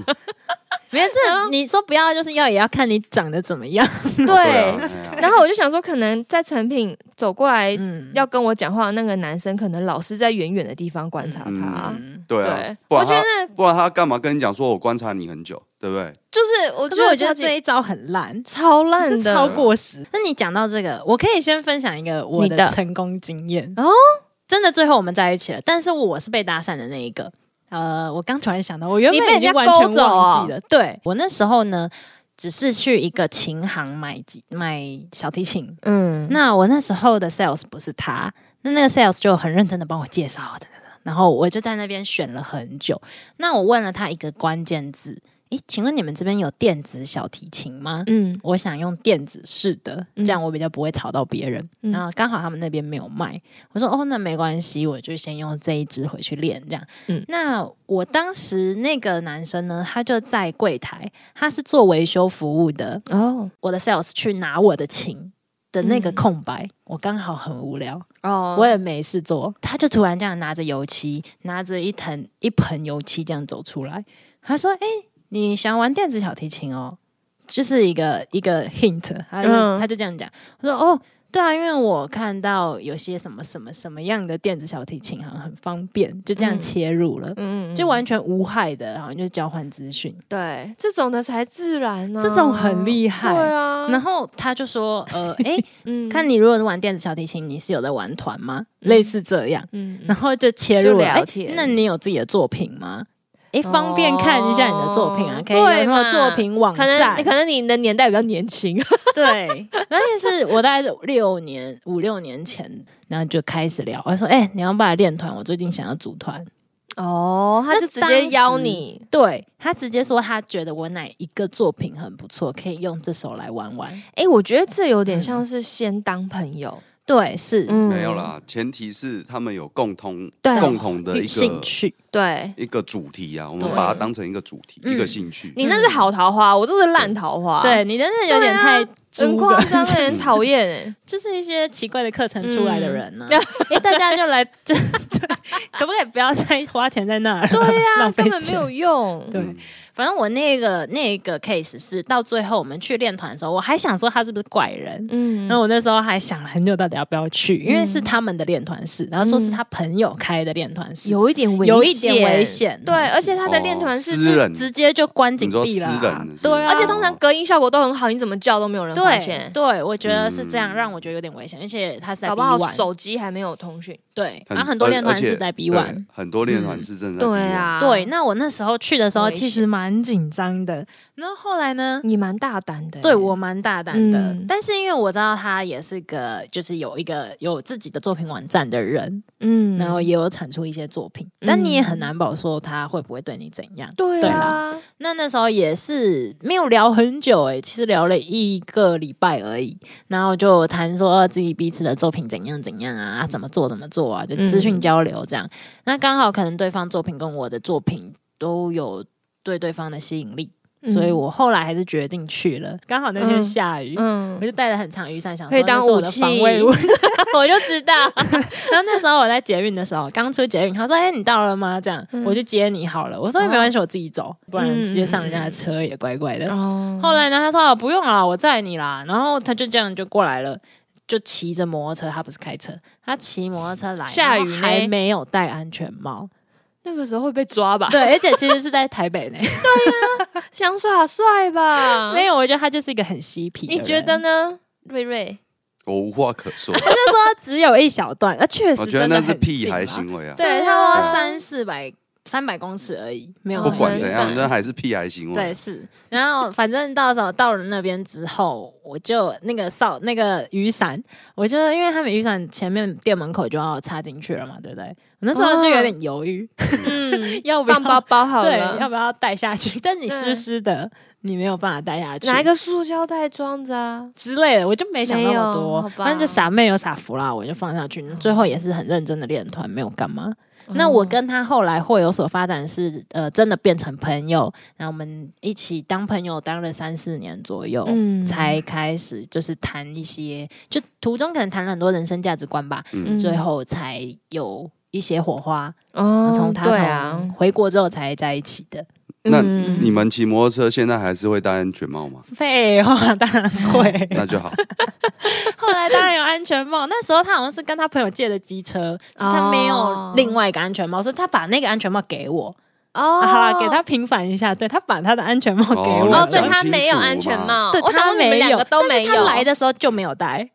Speaker 1: 没有这你说不要就是要，也要看你长得怎么样。
Speaker 2: 对啊，哎呀
Speaker 3: 然后我就想说，可能在成品走过来
Speaker 1: 嗯，
Speaker 3: 要跟我讲话的那个男生，可能老是在远远的地方观察他。
Speaker 1: 嗯
Speaker 2: 对啊
Speaker 3: 对，，
Speaker 2: 不
Speaker 3: 我
Speaker 2: 然
Speaker 3: 觉
Speaker 2: 他
Speaker 3: 得
Speaker 2: 不然他干嘛跟你讲说我观察你很久，对不对？
Speaker 3: 就是，我
Speaker 1: 可
Speaker 3: 就是
Speaker 1: 我觉得
Speaker 3: 超级
Speaker 1: 这一招很 烂。
Speaker 3: 超烂
Speaker 1: 这
Speaker 3: 的，
Speaker 1: 超过时。那你讲到这个，我可以先分享一个我
Speaker 3: 你的
Speaker 1: 的成功经验
Speaker 3: 哦。
Speaker 1: 真的，最后我们在一起了，但是我是被搭讪的那一个。呃，我刚突然想到，我原
Speaker 3: 你被
Speaker 1: 本已
Speaker 3: 人
Speaker 1: 经
Speaker 3: 家
Speaker 1: 完全
Speaker 3: 勾走
Speaker 1: 忘记
Speaker 3: 哦
Speaker 1: 了。对我那时候呢，只是去一个琴行买吉买小提琴。
Speaker 3: 嗯，
Speaker 1: 那我那时候的 sales 不是他，那那个 sales 就很认真的帮我介绍的，然后我就在那边选了很久。那我问了他一个关键字，诶，请问你们这边有电子小提琴吗？
Speaker 3: 嗯
Speaker 1: 我想用电子式的，
Speaker 3: 嗯
Speaker 1: 这样我比较不会吵到别人。
Speaker 3: 嗯
Speaker 1: 然后刚好他们那边没有卖，我说哦，那没关系，我就先用这一支回去练这样。
Speaker 3: 嗯
Speaker 1: 那我当时那个男生呢，他就在柜台，他是做维修服务的。
Speaker 3: 哦
Speaker 1: 我的 sales 去拿我的琴的那个
Speaker 3: 嗯
Speaker 1: 空白，我刚好很无聊，
Speaker 3: 哦
Speaker 1: 我也没事做，他就突然这样拿着油漆，拿着一盆一盆油漆这样走出来，他说：“哎、你想玩电子小提琴哦？”就是一个一个 hint，他 就、
Speaker 3: 嗯
Speaker 1: 他就这样讲，我说：“哦。”对啊，因为我看到有些什么什么什么样的电子小提琴好像很方便，就这样
Speaker 3: 嗯
Speaker 1: 切入了，
Speaker 3: 嗯嗯
Speaker 1: 就完全无害的，好像就是交换资讯。
Speaker 3: 对这种的才自然呢，
Speaker 1: 这种很厉害
Speaker 3: 对啊，
Speaker 1: 然后他就说：“呃，哎、
Speaker 3: 嗯
Speaker 1: 看你如果是玩电子小提琴，你是有在玩团吗？类似这样，
Speaker 3: 嗯嗯
Speaker 1: 然后就切入
Speaker 3: 就
Speaker 1: 了。
Speaker 3: 聊
Speaker 1: 哎
Speaker 3: 天
Speaker 1: 那你有自己的作品吗？哎，方便看一下你的作品啊，
Speaker 3: 哦
Speaker 1: 可以有什
Speaker 3: 对嘛
Speaker 1: 么作品网
Speaker 3: 可能
Speaker 1: 站？
Speaker 3: 可能你的年代比较年轻，
Speaker 1: 对， 那也是我大概是六年五六年前，然后就开始聊。我说，哎、你要不要来练团？我最近想要组团。
Speaker 3: 哦，他就直接邀你，
Speaker 1: 对他直接说，他觉得我哪一个作品很不错，可以用这首来玩玩。
Speaker 3: 哎、我觉得这有点像是先当朋友，
Speaker 1: 对，是、
Speaker 3: 嗯
Speaker 2: 没有，啦，前提是他们有共同
Speaker 3: 对啊
Speaker 2: 共同的一
Speaker 1: 兴
Speaker 2: 个
Speaker 1: 趣，
Speaker 3: 嗯对。
Speaker 2: 一个主题啊，我们
Speaker 3: 对
Speaker 2: 把它当成一个主题，
Speaker 1: 嗯
Speaker 2: 一个兴趣。
Speaker 3: 你那是好桃花，我这是烂桃花，
Speaker 1: 对，啊你真的有点太
Speaker 3: 很
Speaker 1: 猪
Speaker 3: 夸
Speaker 1: 了，
Speaker 3: 张欸，很讨厌 哎。
Speaker 1: 就是一些奇怪的课程出来的人呢、
Speaker 3: 嗯
Speaker 1: 哎、大家就来，就 对，可不可以不要再花钱在那儿？对呀、浪费
Speaker 3: 啊根本没
Speaker 1: 钱
Speaker 3: 有用。
Speaker 2: 嗯
Speaker 1: 对，反正我那个那个 case 是到最后我们去练团的时候，我还想说他是不是怪人。
Speaker 3: 嗯
Speaker 1: 然后我那时候还想了很久，到底要不要去，因为是他们的练团室，然后说是他朋友开的练团室，
Speaker 3: 有一点危哦
Speaker 1: 有一点危险
Speaker 3: 对，
Speaker 1: 是
Speaker 3: 而且他的练团是哦
Speaker 2: 哦私
Speaker 3: 是，
Speaker 2: 人
Speaker 1: 直接就关紧闭了
Speaker 2: 你说私
Speaker 1: 啊
Speaker 2: 人，是
Speaker 1: 对啊，
Speaker 3: 而且通常隔音效果都很好，你怎么叫都没有人发
Speaker 1: 对
Speaker 3: 现，
Speaker 1: 对，我觉得是这样，
Speaker 2: 嗯
Speaker 1: 让我觉得有点危险，而且他是在
Speaker 3: 搞
Speaker 1: B
Speaker 3: 不好
Speaker 1: 玩，
Speaker 3: 手机还没有通讯。
Speaker 1: 对，然后啊很多练团室在 B
Speaker 2: 而且
Speaker 1: 玩
Speaker 2: 对。很多练团是正在 B
Speaker 3: 对
Speaker 2: 玩，
Speaker 1: 嗯
Speaker 3: 啊，
Speaker 1: 对，，那我那时候去的时候
Speaker 3: 危险
Speaker 1: 其实蛮紧张的，然后后来呢，
Speaker 3: 你蛮大胆的欸。
Speaker 1: 对我蛮大胆的，
Speaker 3: 嗯
Speaker 1: 但是因为我知道他也是个，就是有一个有自己的作品网站的人，
Speaker 3: 嗯
Speaker 1: 然后也有产出一些作品，
Speaker 3: 嗯
Speaker 1: 但你也很难保说他会不会对你怎样。
Speaker 3: 对
Speaker 1: 对
Speaker 3: 啊，
Speaker 1: 那那时候也是没有聊很久、欸，其实聊了一个礼拜而已，然后就谈说啊自己彼此的作品怎样怎样啊，怎么做怎么做啊，就资
Speaker 3: 嗯
Speaker 1: 讯交流这样。那刚好可能对方作品跟我的作品都有对对方的吸引力。
Speaker 3: 嗯
Speaker 1: 所以我后来还是决定去了，刚好那天
Speaker 3: 嗯
Speaker 1: 下雨，
Speaker 3: 嗯
Speaker 1: 我，就带了很长雨伞，想
Speaker 3: 可
Speaker 1: 说
Speaker 3: 以当
Speaker 1: 那是我
Speaker 3: 武
Speaker 1: 的
Speaker 3: 器，
Speaker 1: 防卫 物。
Speaker 3: 我就知道。
Speaker 1: 然后那时候我在捷运的时候，刚出捷运，他说：“哎、你到了吗？”这样、
Speaker 3: 嗯哦
Speaker 1: 我去接你好了。我说：“没关系，我自己走，不然
Speaker 3: 嗯
Speaker 1: 直接上人家的车也怪怪的。
Speaker 3: 哦
Speaker 1: 嗯后来呢，他说：“啊不用啦，我载你啦。”然后他就这样就过来了。就骑着摩托车，他不是开车，他骑摩托车来，
Speaker 3: 下雨呢
Speaker 1: 然后还没有戴安全帽，
Speaker 3: 那个时候会被抓吧？
Speaker 1: 对，而且其实是在台北呢，
Speaker 3: 想耍帅 吧？
Speaker 1: 没有，我觉得他就是一个很嬉皮的
Speaker 3: 嗯你
Speaker 1: 人。
Speaker 3: 觉得呢，瑞瑞？
Speaker 2: 我无话可 说。
Speaker 1: 他只有一小段，啊，确实
Speaker 2: 我觉得
Speaker 1: 真的
Speaker 2: 那是
Speaker 1: 很
Speaker 2: 屁
Speaker 1: 近
Speaker 2: 孩
Speaker 1: 啦
Speaker 2: 行为啊，
Speaker 1: 对，
Speaker 3: 对
Speaker 1: 他
Speaker 3: 啊
Speaker 1: 花三四百三百公尺而已，没有
Speaker 2: 不
Speaker 1: 很
Speaker 2: 管
Speaker 1: 远
Speaker 2: 怎
Speaker 3: 嗯
Speaker 2: 样，那还是屁孩行为。
Speaker 1: 对，是，然后反正到时候到了那边之后，我就那个扫那个雨伞，我就因为他们雨伞前面店门口就要插进去了嘛，对不对？我那时候就有点犹豫，
Speaker 3: 嗯，
Speaker 1: 要不要
Speaker 3: 放包包好
Speaker 1: 对，
Speaker 3: 了
Speaker 1: 要。不要带下去？但你湿
Speaker 3: 对
Speaker 1: 湿的，你没有办法带下去，
Speaker 3: 拿一个塑胶袋装着啊。
Speaker 1: 之类的，我就没想那么
Speaker 3: 没有
Speaker 1: 多
Speaker 3: 好，吧
Speaker 1: 反正就傻妹有傻福啦，我就放下去。最后也是很认真的练团，没有干嘛。
Speaker 3: 嗯
Speaker 1: 那我跟他后来会有所发展是，呃，真的变成朋友，然后我们一起当朋友，当了三四年左右，
Speaker 3: 嗯
Speaker 1: 哦才开始就是谈一些，就途中可能谈了很多人生价值观吧，
Speaker 2: 嗯
Speaker 1: 最后才有一些火花。
Speaker 3: 哦
Speaker 1: 从他
Speaker 3: 对啊
Speaker 1: 从，回国之后才在一起的，
Speaker 2: 那
Speaker 3: 嗯
Speaker 2: 你们骑摩托车现在还是会戴安全帽吗？
Speaker 1: 废话当然会。
Speaker 2: 那就好，
Speaker 1: 后来当然有安全帽， 那时候他好像是跟他朋友借的机车，所以他没有另外一个安全帽，所以他把那个安全帽给我，
Speaker 3: 哦
Speaker 1: 啊、好啦，给他平反一下，对他把他的安全帽给我。
Speaker 3: 哦，
Speaker 2: 那
Speaker 1: 了，
Speaker 3: 所以
Speaker 2: 讲
Speaker 3: 哦他
Speaker 2: 清
Speaker 3: 没有
Speaker 2: 楚
Speaker 3: 安全
Speaker 2: 嘛
Speaker 3: 帽
Speaker 1: 对，
Speaker 3: 我想
Speaker 1: 他
Speaker 3: 说你们两个都
Speaker 1: 但是
Speaker 3: 没有，
Speaker 1: 他来的时候就没有戴，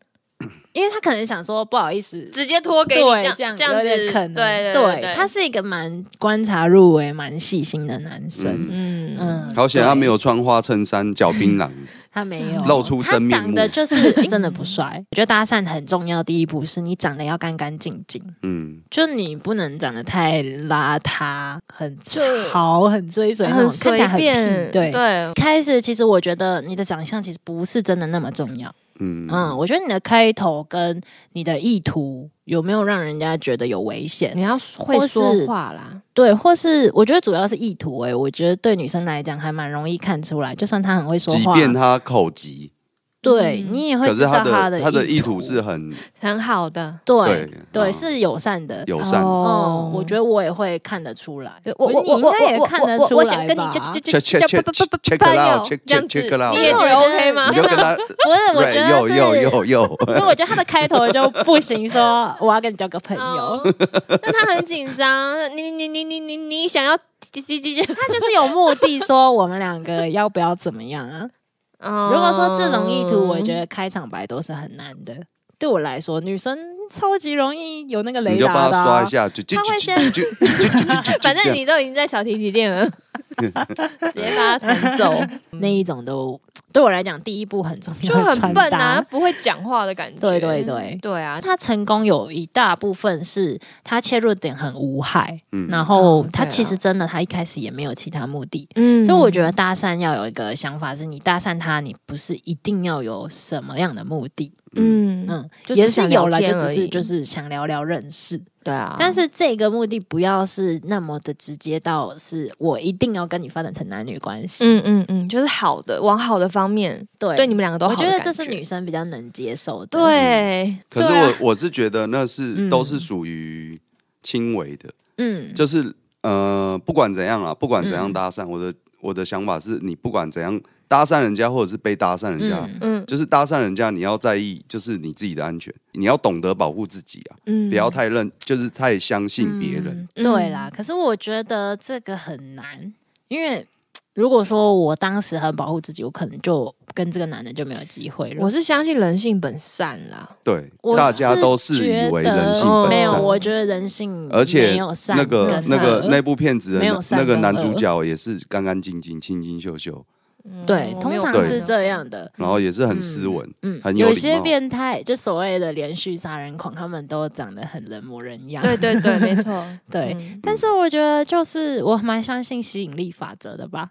Speaker 1: 因为他可能想说不好意思。
Speaker 3: 直接脱给你
Speaker 1: 对，
Speaker 3: 这样
Speaker 1: 这样
Speaker 3: 子，
Speaker 1: 有点可能，
Speaker 3: 对对，
Speaker 1: 他是一个蛮观察入微、蛮细心的男生。
Speaker 2: 嗯，
Speaker 3: 嗯
Speaker 1: 嗯，
Speaker 2: 好险
Speaker 1: 对
Speaker 2: 他没，有穿花衬衫、脚 槟榔，
Speaker 1: 他没有
Speaker 2: 露出真面
Speaker 1: 他
Speaker 2: 目
Speaker 1: 长得就是真的不帅。我觉得搭讪很重要，第一步是你长得要干干净净。
Speaker 2: 嗯，
Speaker 1: 就你不能长得太邋遢、很
Speaker 3: 对
Speaker 1: 潮、很追随那
Speaker 3: 很
Speaker 1: 种，看起
Speaker 3: 随
Speaker 1: 来很
Speaker 3: 便，
Speaker 1: 屁。对，
Speaker 3: 对，
Speaker 1: 开始其实我觉得你的长相其实不是真的那么重要。
Speaker 2: 嗯
Speaker 1: 嗯，我觉得你的开头跟你的意图有没有让人家觉得有危险？
Speaker 3: 你要
Speaker 1: 或
Speaker 3: 会
Speaker 1: 是
Speaker 3: 说话啦，
Speaker 1: 对，或是我觉得主要是意图、欸。我觉得对女生来讲还蛮容易看出来，就算她很会说
Speaker 2: 即
Speaker 1: 话，
Speaker 2: 便他口急，
Speaker 1: 对
Speaker 3: 嗯
Speaker 1: 你也会
Speaker 2: 可
Speaker 1: 知
Speaker 2: 是
Speaker 1: 道
Speaker 2: 他的他
Speaker 1: 的哦
Speaker 2: 的意图是很
Speaker 3: 很好的。
Speaker 1: 对对
Speaker 2: 嗯
Speaker 1: 是友善的。
Speaker 2: 友善。
Speaker 1: 哦，我觉得我也会看得出来，
Speaker 3: 得我我
Speaker 1: 你
Speaker 3: 我
Speaker 1: 应
Speaker 3: 我
Speaker 1: 该也
Speaker 3: 我
Speaker 1: 看得
Speaker 3: 我
Speaker 1: 出
Speaker 3: 我
Speaker 1: 来
Speaker 3: 想跟你
Speaker 1: 吧
Speaker 3: 就 就
Speaker 2: Check,
Speaker 3: 就就
Speaker 2: check,
Speaker 3: 就
Speaker 2: check,
Speaker 3: 不不不
Speaker 2: check
Speaker 3: 朋
Speaker 2: it
Speaker 3: 友
Speaker 2: out, check,
Speaker 3: 这样
Speaker 2: check,
Speaker 3: 子
Speaker 2: check it out
Speaker 3: 你也觉得 OK 吗
Speaker 2: 你？就跟他，
Speaker 1: 我 我觉得
Speaker 2: 又
Speaker 1: 是，
Speaker 2: 又又又，
Speaker 1: 因为我觉得他的开头就不行，说我要跟你交个朋友
Speaker 3: 哦，那他很紧张，你你你你你你想要叽叽叽叽。
Speaker 1: 他就是有目的说我们两个要 不要怎么样啊？
Speaker 3: 如哦
Speaker 1: 如果说这种意图，我觉得开场白都是很难的。对我来说，女生超级容易有那个
Speaker 2: 你
Speaker 1: 雷
Speaker 2: 就
Speaker 1: 达
Speaker 2: 帮
Speaker 1: 的
Speaker 2: 他刷
Speaker 1: 啊、
Speaker 2: 一下，就就
Speaker 1: 他会
Speaker 2: 就
Speaker 1: 先
Speaker 2: 就就就就就就，
Speaker 3: 反
Speaker 2: 这
Speaker 3: 正
Speaker 2: 样
Speaker 3: 你都已经在小提琴 店了，直接把它弹走，
Speaker 1: 那一种都对我来讲，第一步很重要，
Speaker 3: 就很
Speaker 1: 穿
Speaker 3: 笨
Speaker 1: 搭
Speaker 3: 啊，不会讲话的感觉。
Speaker 1: 对对对
Speaker 3: 对啊，
Speaker 1: 他成功有一大部分是他切入点很无害，
Speaker 2: 嗯
Speaker 1: 然后
Speaker 3: 嗯
Speaker 1: 他
Speaker 3: 对啊
Speaker 1: 其实真的他一开始也没有其他目的，
Speaker 3: 嗯
Speaker 1: 所以我觉得搭讪要有一个想法，是你搭讪他，你不是一定要有什么样的目的，
Speaker 3: 嗯
Speaker 1: 嗯，
Speaker 3: 就
Speaker 1: 也
Speaker 3: 只
Speaker 1: 是
Speaker 3: 想
Speaker 1: 有
Speaker 3: 聊
Speaker 1: 了，就
Speaker 3: 天
Speaker 1: 只
Speaker 3: 而
Speaker 1: 是
Speaker 3: 已
Speaker 1: 就是想聊聊认识，
Speaker 3: 对啊，
Speaker 1: 但是这个目的不要是那么的直接到是我一定要跟你发展成男女关系，
Speaker 3: 嗯嗯嗯，就是好的，往好的方面，
Speaker 1: 对
Speaker 3: 对你们两个都好
Speaker 1: 我
Speaker 3: 的
Speaker 1: 觉
Speaker 3: 感觉。
Speaker 1: 得这是女生比较能接受的，
Speaker 3: 对，
Speaker 2: 可是
Speaker 1: 对啊
Speaker 2: 我我是觉得那是
Speaker 1: 嗯
Speaker 2: 都是属于轻微的，
Speaker 1: 嗯，
Speaker 2: 就是呃，不管怎样啊，不管怎样
Speaker 1: 嗯
Speaker 2: 搭讪，我的我的想法是你不管怎样搭讪人家，或者是被搭讪人家，
Speaker 1: 嗯
Speaker 3: 嗯
Speaker 2: 就是搭讪人家，你要在意就是你自己的安全，你要懂得保护自己啊，
Speaker 3: 嗯，
Speaker 2: 不要太认，就是太相信别人。
Speaker 1: 嗯对啦，可是我觉得这个很难，因为如果说我当时很保护自己，我可能就跟这个男的就没有机会了。
Speaker 3: 我是相信人性本善啦，
Speaker 2: 对
Speaker 1: 我，
Speaker 2: 大家都
Speaker 1: 是
Speaker 2: 是以为
Speaker 1: 觉得哦
Speaker 2: 人性
Speaker 1: 没
Speaker 2: 本
Speaker 1: 有，
Speaker 2: 善，
Speaker 1: 我觉得人性
Speaker 2: 而且
Speaker 1: 没有善
Speaker 2: 那个
Speaker 1: 跟
Speaker 2: 那个
Speaker 1: 恶
Speaker 2: 那部片子的
Speaker 1: 没有
Speaker 2: 那
Speaker 1: 善
Speaker 2: 那个
Speaker 1: 跟
Speaker 2: 男
Speaker 1: 恶
Speaker 2: 主角也是干干净净、清清秀秀，
Speaker 1: 对，
Speaker 3: 嗯
Speaker 1: 通常
Speaker 2: 对
Speaker 1: 是这。样的。
Speaker 2: 然后也是很斯文，
Speaker 1: 嗯，
Speaker 2: 很有
Speaker 1: 有
Speaker 2: 礼
Speaker 1: 些
Speaker 2: 貌
Speaker 1: 变态，就所谓的连续杀人狂，他们都长得很人模人样。
Speaker 3: 我没有对对对，没错，
Speaker 1: 对
Speaker 3: 嗯
Speaker 1: 但是我觉得就是我蛮相信吸引力法则的吧，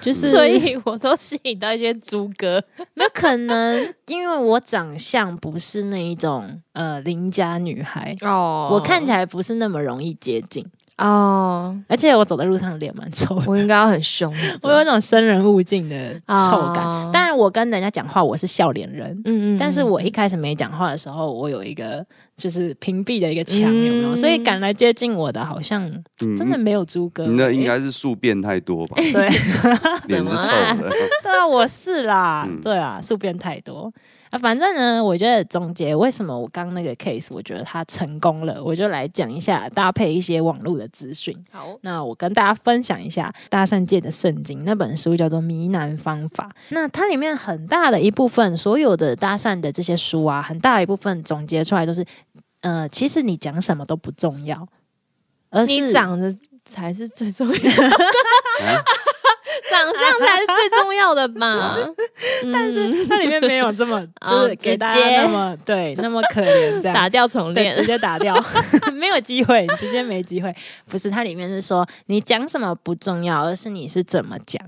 Speaker 1: 就是
Speaker 3: 所以我都吸引到一些猪哥，
Speaker 1: 没有可能，因为我长相不是那一种呃邻家女孩，
Speaker 3: 哦
Speaker 1: 我看起来不是那么容易接近，
Speaker 3: 哦，
Speaker 1: 而且我走在路上脸蛮臭的，
Speaker 3: 我应该要很 凶，嗯
Speaker 1: 我有一种生人勿近的臭感。
Speaker 3: 哦
Speaker 1: 当然，我跟人家讲话我是笑脸人。
Speaker 3: 嗯嗯，
Speaker 1: 但是我一开始没讲话的时候，我有一个就是屏蔽的一个墙，有没有？
Speaker 3: 嗯
Speaker 1: 所以敢来接近我的，好像
Speaker 2: 嗯
Speaker 1: 真的没有猪哥、
Speaker 2: 你那
Speaker 1: 欸
Speaker 2: 应该是宿便太多吧，
Speaker 1: 对
Speaker 2: 脸是臭的。
Speaker 1: 对啊，我是啦，
Speaker 2: 嗯
Speaker 1: 对啊，宿便太多啊。反正呢，我觉得总结为什么我刚那个 case，我觉得他成功了，我就来讲一下，搭配一些网络的资讯。
Speaker 3: 好，
Speaker 1: 那我跟大家分享一下搭讪界的圣经，那本书叫做《迷男方法》。那它里面很大的一部分，所有的搭讪的这些书啊，很大一部分总结出来都是，呃，其实你讲什么都不重要，而是
Speaker 3: 你长得才是最重要的，
Speaker 2: 啊
Speaker 3: 长相才是最重要的 嗯吧？
Speaker 1: 嗯
Speaker 3: 但是
Speaker 1: 它里面没有这么就是给大
Speaker 3: 直接
Speaker 1: 家那么 对那么可怜 这样
Speaker 3: 打掉重
Speaker 1: 对，
Speaker 3: 练
Speaker 1: 直，接打掉， 没有机会，你直接没机会。不是，它里面是说你讲什么不重要，而是你是怎么讲，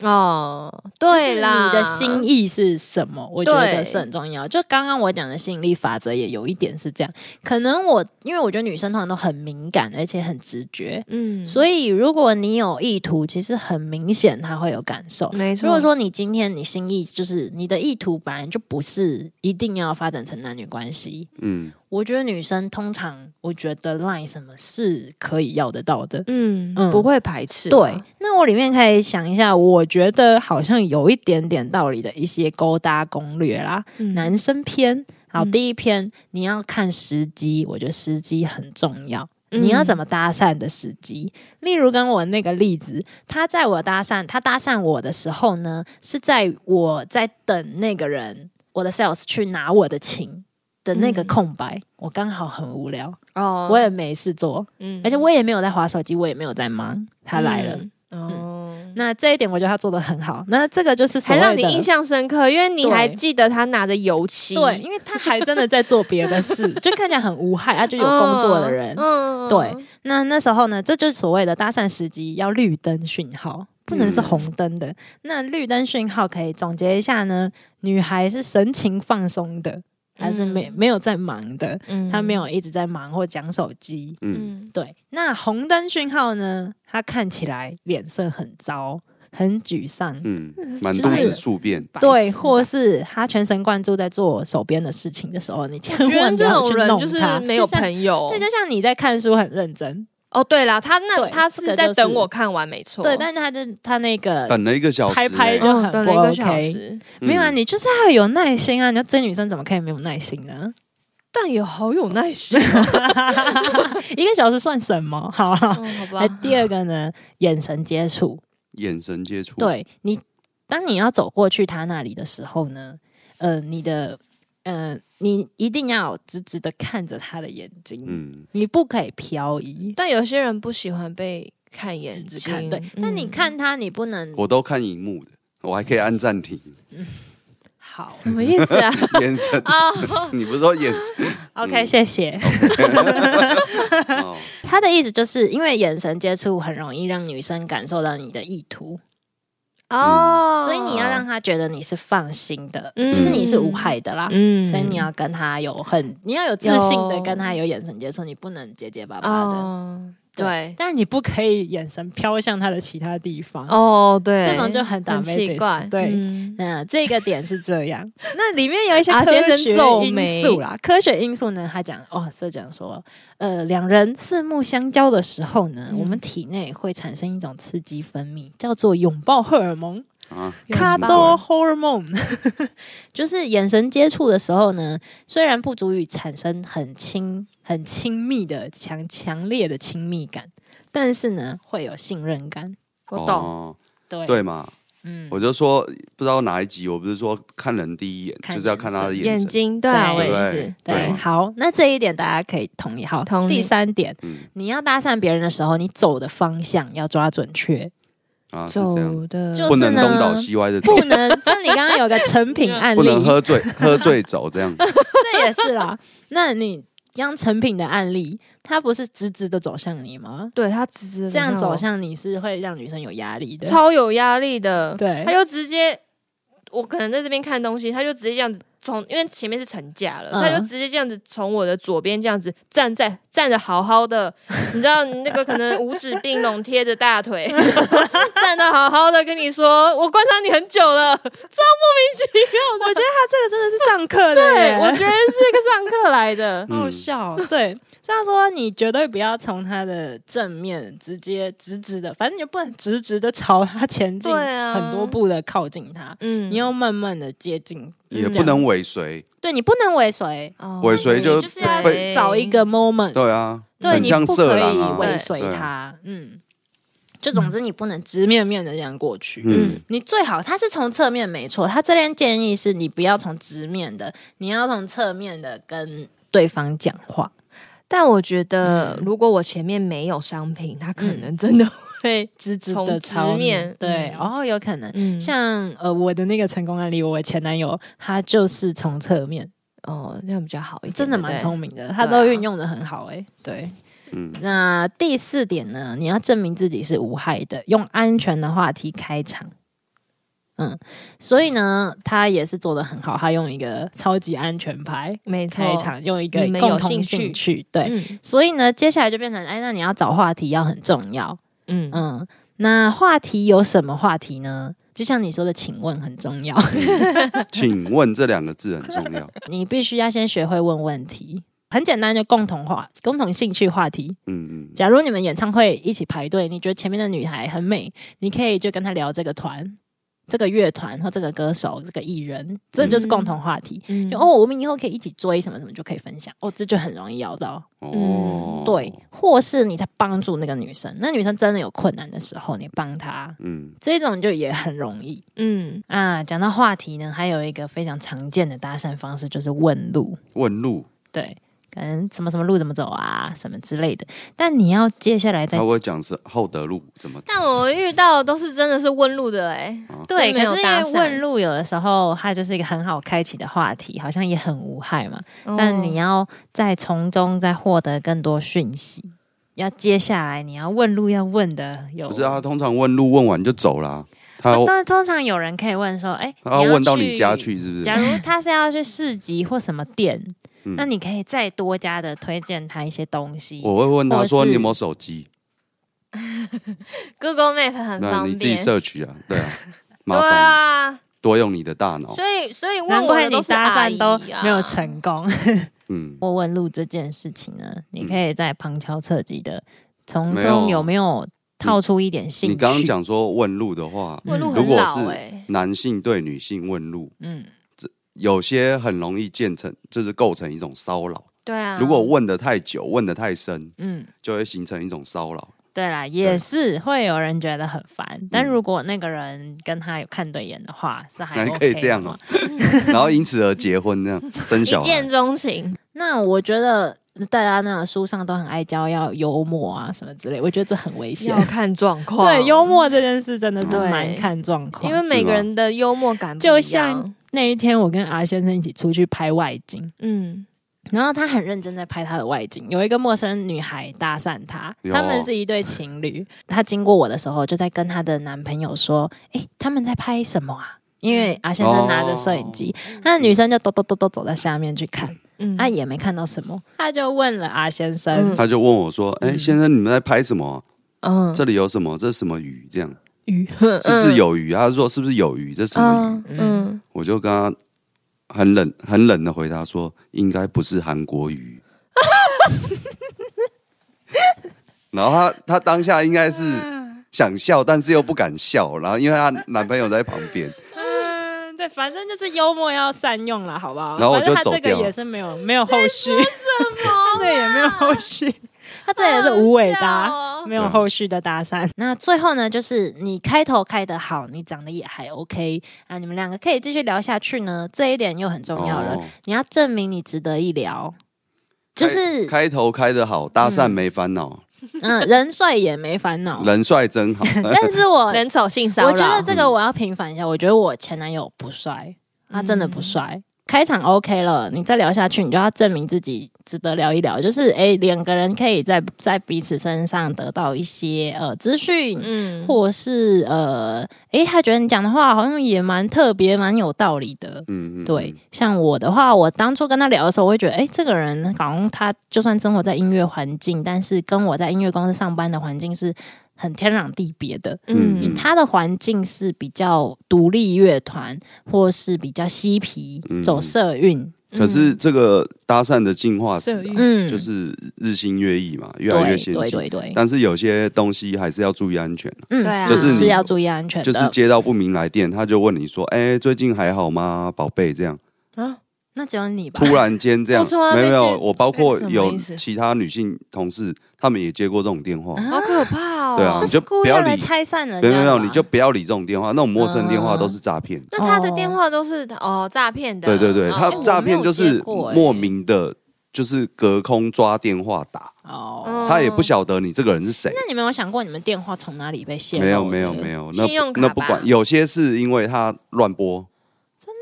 Speaker 3: 哦，
Speaker 1: 就
Speaker 3: 对
Speaker 1: 是
Speaker 3: 啦，
Speaker 1: 你的心意是什么，我觉得
Speaker 3: 对
Speaker 1: 是很重要。就刚刚我讲的吸引力法则也有一点是这样，可能我因为我觉得女生通常都很敏感，而且很直觉，
Speaker 3: 嗯，
Speaker 1: 所以如果你有意图，其实很明显她会有感受。
Speaker 3: 嗯没错。
Speaker 1: 如果说你今天你心意就是你的意图本来就不是一定要发展成男女关系，
Speaker 2: 嗯，
Speaker 1: 我觉得女生通常，我觉得 line 什么是可以要得到的。
Speaker 3: 嗯
Speaker 1: 嗯
Speaker 3: 不会排斥，
Speaker 1: 对，，那我里面可以想一下，我觉得好像有一点点道理的一些勾搭攻略啦。
Speaker 3: 嗯
Speaker 1: 男生篇，好，
Speaker 3: 嗯
Speaker 1: 第一篇你要看时机，我觉得时机很重要。
Speaker 3: 嗯
Speaker 1: 你要怎么搭讪的时机？例如跟我那个例子，他在我搭讪，他搭讪我的时候呢，是在我在等那个人，我的 sales 去拿我的琴的那个
Speaker 3: 嗯
Speaker 1: 空白，我刚好很无聊，
Speaker 3: 哦，
Speaker 1: 我也没事做，
Speaker 3: 嗯
Speaker 1: 而且我也没有在划手机，我也没有在忙，他来了。，
Speaker 3: 嗯哦。
Speaker 1: 那这一点我觉得他做的很好，那这个就是所
Speaker 3: 还
Speaker 1: 谓的
Speaker 3: 让你印象深刻，因为你
Speaker 1: 对
Speaker 3: 还记得他拿着油漆，
Speaker 1: 对，，因为他还真的在做别的 事，就看起来很无害，啊他就有工作的人。
Speaker 3: 嗯，嗯
Speaker 1: 对，那那时候呢，这就是所谓的搭讪时机，要绿灯讯号，不能是
Speaker 2: 嗯
Speaker 1: 红灯的。那绿灯讯号可以总结一下呢，女孩是神情放松的，还是没、
Speaker 3: 嗯
Speaker 1: 没有在忙的？
Speaker 3: 嗯
Speaker 1: 她没，有一直在忙或讲手机。
Speaker 2: 嗯，
Speaker 3: 嗯
Speaker 1: 对，那红灯讯号呢，她看起来脸色很糟，很沮丧。
Speaker 2: 嗯
Speaker 3: 是，
Speaker 2: 满
Speaker 1: 就是
Speaker 2: 肚子宿便，
Speaker 3: 白
Speaker 1: 对，
Speaker 3: 痴
Speaker 1: 或是她全神贯注在做手边的事情的时候，你千
Speaker 3: 我觉
Speaker 1: 万不
Speaker 3: 得这
Speaker 1: 要
Speaker 3: 种
Speaker 1: 去
Speaker 3: 人
Speaker 1: 弄
Speaker 3: 就是
Speaker 1: 她
Speaker 3: 没有
Speaker 1: 像
Speaker 3: 朋友
Speaker 1: 那。就像你在看书很认真，
Speaker 3: 哦，对啦，他那
Speaker 1: 对
Speaker 3: 他
Speaker 1: 这
Speaker 3: 是
Speaker 1: 个
Speaker 3: 在
Speaker 1: 就是
Speaker 3: 等我看完，没错，
Speaker 1: 对，但是他的他那个
Speaker 2: 等了一个小时、
Speaker 1: 拍拍
Speaker 2: 欸
Speaker 1: 嗯就很
Speaker 3: 哦等
Speaker 1: 不
Speaker 3: 了一
Speaker 1: OK
Speaker 3: 个小时，
Speaker 1: 没有啊，
Speaker 2: 嗯
Speaker 1: 你就是要有耐心啊！你要追女生怎么可以没有耐心呢？
Speaker 3: 但也好有耐 心哦，
Speaker 1: 一个小时算什么？好、啊，
Speaker 3: 嗯好
Speaker 1: 那、
Speaker 3: 吧，
Speaker 1: 第二个呢，眼神接触，
Speaker 2: 眼神接触，
Speaker 1: 对你，当你要走过去他那里的时候呢，呃，你的。嗯，你一定要直直的看着他的眼睛，
Speaker 2: 嗯，
Speaker 1: 你不可以漂移，
Speaker 3: 但有些人不喜欢被看眼
Speaker 1: 直
Speaker 3: 睛，
Speaker 1: 直看。对，
Speaker 3: 嗯
Speaker 1: 那你看他，你不能
Speaker 2: 我都看荧幕的，我还可以按暂停，
Speaker 1: 好。
Speaker 3: 什么意思啊？
Speaker 2: 眼神，
Speaker 1: 哦
Speaker 2: 你不是说眼神
Speaker 3: 嗯
Speaker 1: OK，谢谢。
Speaker 2: 哦？
Speaker 1: 他的意思就是因为眼神接触很容易让女生感受到你的意图，
Speaker 3: 哦，
Speaker 1: 嗯所以你要让她觉得你是放心的，
Speaker 3: 嗯
Speaker 1: 就是你是无害的啦。
Speaker 3: 嗯
Speaker 1: 所以你要跟他有很，你要有自信的跟他有眼神接触，你不能结结巴巴的。
Speaker 3: 哦，对，
Speaker 1: 但是你不可以眼神飘向他的其他地方，
Speaker 3: 哦，对，
Speaker 1: 这种就很打
Speaker 3: 很
Speaker 1: Matrix，
Speaker 3: 奇怪，
Speaker 1: 对
Speaker 3: 嗯
Speaker 1: 那这个点是这样， 那里面有一些
Speaker 3: 阿
Speaker 1: 科
Speaker 3: 啊先生
Speaker 1: 学
Speaker 3: 皱
Speaker 1: 因
Speaker 3: 眉
Speaker 1: 素啦，科学因素呢，他讲哦是讲说，呃，两人四目相交的时候呢，
Speaker 3: 嗯
Speaker 1: 我们体内会产生一种刺激分泌，叫做拥抱荷尔蒙
Speaker 2: 啊，
Speaker 3: 拥
Speaker 1: 卡
Speaker 3: 抱
Speaker 1: 多 hormone），就是眼神接触的时候呢，虽然不足以产生很亲、很亲密的强强烈的亲密感，但是呢，会有信任感。
Speaker 3: 我
Speaker 1: 哦
Speaker 3: 懂，
Speaker 2: 懂，
Speaker 1: 对，
Speaker 2: 哦对嘛？
Speaker 1: 嗯，
Speaker 2: 我就说不知道哪一集，我不是说看人第一眼
Speaker 1: 看
Speaker 2: 就是要看他的
Speaker 1: 眼
Speaker 3: 眼
Speaker 2: 神，
Speaker 3: 睛，对啊，
Speaker 1: 对
Speaker 3: 我也
Speaker 2: 对不对
Speaker 3: 是，
Speaker 1: 对，
Speaker 2: 对
Speaker 1: 好，那这一点大家可以同意。好，
Speaker 3: 同意
Speaker 1: 第三点，
Speaker 2: 嗯
Speaker 1: 你要搭讪别人的时候，你走的方向要抓准确，
Speaker 2: 啊，是这样，
Speaker 3: 走的，
Speaker 1: 就
Speaker 2: 不能
Speaker 1: 是呢
Speaker 2: 东倒西歪的走，
Speaker 1: 不能像你刚刚有个成 品案
Speaker 2: 不
Speaker 1: 例，
Speaker 2: 能喝醉，喝醉走这样，，
Speaker 1: 这也是啦。那你将成品的案例，它不是直直的走向你吗？
Speaker 3: 对他直直地
Speaker 1: 这样
Speaker 3: 看我
Speaker 1: 走向你是会让女生有压力的。
Speaker 3: 超有压力的，
Speaker 1: 对
Speaker 3: 他就直接，我可能在这边看东西，他就直接这样子从，因为前面是成架了，
Speaker 1: 嗯
Speaker 3: 他就直接这样子从我的左边这样子站在 站着好好的，你知道那个可能五指并拢贴着大腿， 站的好好的跟你说，我观察你很久了，超莫名
Speaker 1: 我
Speaker 3: 其
Speaker 1: 觉得他这个真的是上课的耶，
Speaker 3: 妙的，我觉得是个上课来的
Speaker 1: 好笑哦。对，这样说你绝对不要从他的正面直接直直的，反正你就不能直直的朝他前进
Speaker 3: 对啊
Speaker 1: 很多步的靠近他，
Speaker 3: 嗯
Speaker 1: 你要慢慢的接近，
Speaker 2: 也
Speaker 3: 嗯
Speaker 2: 不能尾随，
Speaker 1: 对你不能尾随，
Speaker 3: 哦
Speaker 2: 尾随就
Speaker 1: 你就是要
Speaker 2: 被
Speaker 1: 找一个 moment，
Speaker 2: 对啊，
Speaker 1: 对
Speaker 2: 很
Speaker 1: 你
Speaker 2: 像
Speaker 1: 不
Speaker 2: 色
Speaker 1: 可
Speaker 2: 狼
Speaker 1: 以
Speaker 2: 啊，
Speaker 1: 尾随
Speaker 2: 对
Speaker 1: 他，嗯，就总之你不能直面面的这样过去，
Speaker 2: 嗯，
Speaker 1: 你最好他是从侧面没错，他这边建议是你不要从直面的，你要从侧面的跟对方讲话，
Speaker 3: 但我觉得，
Speaker 1: 嗯
Speaker 3: 如果我前面没有商品，他可能真的会
Speaker 1: 直直
Speaker 3: 从
Speaker 1: 的
Speaker 3: 直
Speaker 1: 朝你
Speaker 3: 面
Speaker 1: 对，哦，有可能。
Speaker 3: 嗯
Speaker 1: 像呃，我的那个成功案例，我前男友他就是从侧面，
Speaker 3: 哦，那样比较好一点，
Speaker 1: 真的蛮
Speaker 3: 对不对
Speaker 1: 聪明的，他
Speaker 3: 对啊
Speaker 1: 都运用的很好、欸，哎，对。
Speaker 2: 嗯，
Speaker 1: 那第四点呢，你要证明自己是无害的，用安全的话题开场。嗯，所以呢，他也是做的很好，他用一个超级安全牌
Speaker 3: 没错，
Speaker 1: 开场，用一个
Speaker 3: 你们有
Speaker 1: 共同
Speaker 3: 兴
Speaker 1: 兴
Speaker 3: 趣
Speaker 1: 趣，对。
Speaker 3: 嗯
Speaker 1: 所以呢，接下来就变成，哎，那你要找话题要很重要，
Speaker 3: 嗯
Speaker 1: 嗯，那话题有什么话题呢？就像你说的，请问很重要，
Speaker 2: 嗯 请问这两个字很重要，
Speaker 1: 你必须要先学会问问题。很简单，就共同话、共同兴趣话题。
Speaker 2: 嗯嗯，
Speaker 1: 假如你们演唱会一起排队，你觉得前面的女孩很美，你可以就跟她聊这个团、这个乐团或这个歌手、这个艺人，这就是共同话题。
Speaker 3: 嗯
Speaker 1: 就哦，我们以后可以一起追什么什么，就可以分享。哦，这就很容易要到。
Speaker 2: 哦，
Speaker 1: 对，，或是你在帮助那个女生，那女生真的有困难的时候，你帮她，
Speaker 2: 嗯，
Speaker 1: 这种就也很容易。
Speaker 3: 嗯，
Speaker 1: 啊，讲到话题呢，还有一个非常常见的搭讪方式就是问路，
Speaker 2: 问路，
Speaker 1: 对，可能什么什么路怎么走啊，什么之类的。但你要接下来再
Speaker 2: 他会讲是厚德路怎么，
Speaker 3: 但我遇到的都是真的是问路的哎、
Speaker 1: 对，
Speaker 3: 真没有
Speaker 1: 可是因为
Speaker 3: 搭讪
Speaker 1: 问路有的时候它就是一个很好开启的话题，好像也很无害嘛。但你
Speaker 3: 要
Speaker 1: 要再从中再获得更多讯息，要接下来你要问路要问的有
Speaker 2: 不是啊他通常问路问完就走啦，他要
Speaker 1: 啊但通常有人可以问说，哎、
Speaker 2: 他要
Speaker 1: 要
Speaker 2: 问到你家
Speaker 1: 去
Speaker 2: 去是不
Speaker 1: 假
Speaker 2: 是？
Speaker 1: 如他是要去市集或什么店，
Speaker 2: 嗯
Speaker 1: 那你可以再多加的推荐他一些东西。
Speaker 2: 我会问他
Speaker 1: 或
Speaker 2: 说
Speaker 1: 是
Speaker 2: 你有没有手机，
Speaker 3: Google Map 很
Speaker 2: 那
Speaker 3: 方
Speaker 2: 你自己
Speaker 3: 便，
Speaker 2: 摄取啊，对啊，
Speaker 3: 对
Speaker 2: 麻烦
Speaker 3: 啊，
Speaker 2: 多用你的大脑，
Speaker 3: 所以所以问
Speaker 1: 难
Speaker 3: 我
Speaker 1: 怪
Speaker 3: 的
Speaker 1: 你
Speaker 3: 都是
Speaker 1: 搭
Speaker 3: 阿
Speaker 1: 讪
Speaker 3: 姨、
Speaker 1: 都
Speaker 3: 啊、
Speaker 1: 没有成功。
Speaker 2: 嗯，
Speaker 1: 我问路这件事情呢，你可以在旁敲侧击的从
Speaker 2: 没有
Speaker 1: 中有没有套出一点兴趣？
Speaker 2: 你刚刚，讲说问路的话，
Speaker 3: 问路
Speaker 2: 如
Speaker 3: 很
Speaker 2: 果
Speaker 3: 老哎、
Speaker 2: 是男性对女性问路，
Speaker 1: 嗯，
Speaker 2: 有些很容易建成，就是构成一种骚扰。
Speaker 3: 对啊，
Speaker 2: 如果问的太久，问的太深，
Speaker 1: 嗯，
Speaker 2: 就会形成一种骚扰。
Speaker 1: 对啦，也是会有人觉得很烦，
Speaker 2: 嗯
Speaker 1: 但如果那个人跟他有看对眼的话，是还
Speaker 2: 那
Speaker 1: OK
Speaker 2: 可以这样
Speaker 1: 的
Speaker 2: 哦
Speaker 1: 嘛。
Speaker 2: 然后因此而结婚这样生
Speaker 4: 一
Speaker 2: 小
Speaker 4: 见
Speaker 2: 孩，
Speaker 4: 钟情，
Speaker 1: 那我觉得大家那种书上都很爱教要幽默啊什么之类，我觉得这很危险
Speaker 3: 要。看状 况。
Speaker 1: 对，幽默这件事真的是
Speaker 3: 对
Speaker 1: 蛮看状况，
Speaker 3: 因为每
Speaker 2: 是
Speaker 3: 个
Speaker 2: 吗
Speaker 3: 人的幽默感不
Speaker 1: 就
Speaker 3: 一样
Speaker 1: 像那一天我跟阿先生一起出去拍外景，
Speaker 3: 嗯，
Speaker 1: 然后他很认真在拍他的外景，有一个陌生女孩搭讪他，
Speaker 2: 哟
Speaker 1: 他们是一对情侣。他经过我的时候，就在跟她的男朋友说：“诶，他们在拍什么啊？”因为阿先生拿着摄影机，
Speaker 2: 哦
Speaker 1: 那女生就抖抖抖抖走到下面去看，
Speaker 3: 嗯
Speaker 1: 她、也没看到什么，她就问了阿先生。
Speaker 3: 嗯
Speaker 2: 他就问我说：“哎、
Speaker 4: 嗯
Speaker 2: 先生，你们在拍什么啊、
Speaker 3: 嗯
Speaker 2: 这里有什么？这是什么鱼？这样
Speaker 3: 鱼
Speaker 4: 嗯
Speaker 2: 是不是有鱼？”他说：“是不是有鱼？这是什么鱼？”
Speaker 3: 嗯嗯，
Speaker 2: 我就跟他很冷很冷的回答说：“应该不是韩国语。” 然后他他当下应该是想笑，但是又不敢笑，然后因为她男朋友在旁边，
Speaker 1: 嗯对，反正就是幽默要善用了，好不好？
Speaker 2: 然后我就
Speaker 1: 反正他
Speaker 2: 走
Speaker 1: 这
Speaker 2: 掉
Speaker 1: 个
Speaker 2: 了
Speaker 1: 也是没有没有后续， 他这个也没有后续，他这也是无
Speaker 3: 嗯
Speaker 1: 尾
Speaker 3: 哦
Speaker 1: 搭。没有
Speaker 2: 对啊
Speaker 1: 后续的搭讪。哦那最后呢，就是你开头开的好，你长得也还 OK 啊，你们两个可以继续聊下去呢，这一点又很重要了。
Speaker 2: 哦
Speaker 1: 你要证明你值得一聊，就
Speaker 2: 开
Speaker 1: 是
Speaker 2: 开头开的好，搭讪没烦恼，
Speaker 1: 嗯，人帅也没烦恼。
Speaker 2: 人帅真好。
Speaker 1: 嗯 但是我
Speaker 3: 人丑性骚扰，
Speaker 1: 我觉得这个我要平反一下，我觉得我前男友不帅，他真的不帅。开场 OK 了，你再聊下去，你就要证明自己值得聊一聊。就是诶，两个人可以在在彼此身上得到一些呃资讯，
Speaker 3: 嗯
Speaker 1: 或是呃，诶，他觉得你讲的话好像也蛮特别、蛮有道理的。
Speaker 2: 嗯，嗯
Speaker 1: 对，，像我的话，我当初跟他聊的时候，我会觉得，诶，这个人好像他就算生活在音乐环境，但是跟我在音乐公司上班的环境是很天壤地别的。
Speaker 2: 嗯
Speaker 1: 他的环境是比较独立乐团，或是比较嬉皮、
Speaker 2: 嗯
Speaker 1: 走社运，
Speaker 2: 可是这个搭讪的进化史啊、
Speaker 3: 色欲
Speaker 1: 嗯，
Speaker 2: 就是日新月异嘛，越来越
Speaker 1: 对
Speaker 2: 先
Speaker 1: 对
Speaker 2: 进。
Speaker 1: 对对，
Speaker 2: 但是有些东西还是要注意安全，
Speaker 1: 嗯，
Speaker 4: 对啊
Speaker 1: 是
Speaker 2: 就是你
Speaker 1: 要注意安全的。
Speaker 2: 就是接到不明来电，他就问你说：“哎、最近还好吗，宝贝？”这样。
Speaker 3: 啊，
Speaker 1: 那只有你吧，
Speaker 2: 突然间这样
Speaker 3: 我从来，没
Speaker 2: 没有没
Speaker 3: 接
Speaker 2: 有，我包括
Speaker 3: 什
Speaker 2: 有
Speaker 3: 么意思
Speaker 2: 其他女性同事，她们也接过这种电话。
Speaker 3: 好可怕哦！
Speaker 2: 对啊
Speaker 1: 这
Speaker 2: 你就是
Speaker 1: 故
Speaker 2: 不
Speaker 1: 意
Speaker 2: 要
Speaker 1: 来
Speaker 2: 理
Speaker 1: 拆散人家
Speaker 2: 没
Speaker 1: 吧，
Speaker 2: 有没有，你就不要理这种电话，那种陌生电话
Speaker 1: 啊嗯
Speaker 2: 都是诈骗。
Speaker 3: 那他的电话都是哦诈骗的，
Speaker 2: 对对对，
Speaker 3: 哦
Speaker 2: 他
Speaker 1: 我
Speaker 2: 诈骗就
Speaker 1: 没有
Speaker 2: 是
Speaker 1: 接过欸
Speaker 2: 莫名的，就是隔空抓电话打，
Speaker 1: 哦。
Speaker 3: 哦
Speaker 2: 他也不晓得你这个人是谁。
Speaker 1: 那你们有想过你们电话从哪里被泄露？
Speaker 2: 没有没有没
Speaker 1: 有，
Speaker 2: 有，那
Speaker 3: 信用卡吧
Speaker 2: 那不管，有些是因为他乱拨，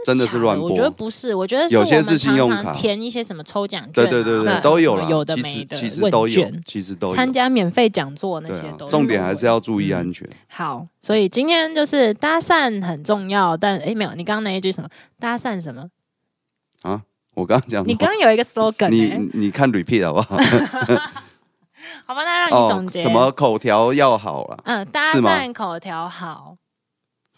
Speaker 2: 真的是乱
Speaker 1: 我觉得
Speaker 2: 拨。
Speaker 1: 不是，我觉得
Speaker 2: 有
Speaker 1: 是
Speaker 2: 些
Speaker 1: 我们
Speaker 2: 是信用
Speaker 1: 常常
Speaker 2: 卡
Speaker 1: 填一些什么抽奖券
Speaker 2: 对
Speaker 1: 啊，
Speaker 2: 对对
Speaker 1: 或者
Speaker 2: 对，都有
Speaker 1: 什么
Speaker 2: 啦。
Speaker 1: 有的
Speaker 2: 其
Speaker 1: 没
Speaker 2: 实
Speaker 1: 的
Speaker 2: 其实
Speaker 1: 问
Speaker 2: 都有
Speaker 1: 卷，
Speaker 2: 其实都有。
Speaker 1: 参加免费讲座那
Speaker 2: 对
Speaker 1: 些
Speaker 2: 啊
Speaker 1: 都有，
Speaker 2: 重点还是要注意
Speaker 1: 嗯
Speaker 2: 安全。
Speaker 1: 好，所以今天就是搭讪很重要，但诶没有，你刚刚那一句什么搭讪什么？
Speaker 2: 我刚刚讲什么，
Speaker 1: 你刚刚有一个 slogan，、
Speaker 2: 哦你
Speaker 1: 诶
Speaker 2: 你你看 repeat 好不好？哦
Speaker 1: 好吧，那让你总结、
Speaker 2: 什么？口条要好啦？
Speaker 1: 嗯，搭
Speaker 2: 是
Speaker 1: 讪
Speaker 2: 吗
Speaker 1: 口条好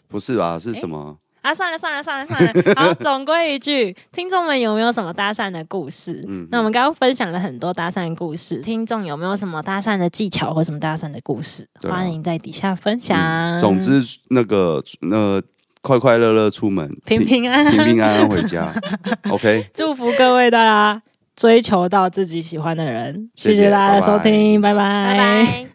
Speaker 2: 不是吧？是什么？
Speaker 1: 啊，算了算了算了算 了，好，总归一句，听众们有没有什么搭讪的故事？
Speaker 2: 嗯
Speaker 1: 那我们刚刚分享了很多搭讪的故事，听众有没有什么搭讪的技巧或什么搭讪的故事？
Speaker 2: 对啊嗯
Speaker 1: 欢迎在底下分享。
Speaker 2: 总
Speaker 1: 嗯
Speaker 2: 之，那个呃，快快乐乐出门，
Speaker 1: 平平安安
Speaker 2: 平平安安回 家。OK，
Speaker 1: 祝福各位大家追求到自己喜欢的人，
Speaker 2: 谢谢
Speaker 1: 谢大家的收
Speaker 2: 拜拜
Speaker 1: 听，拜
Speaker 4: 拜拜。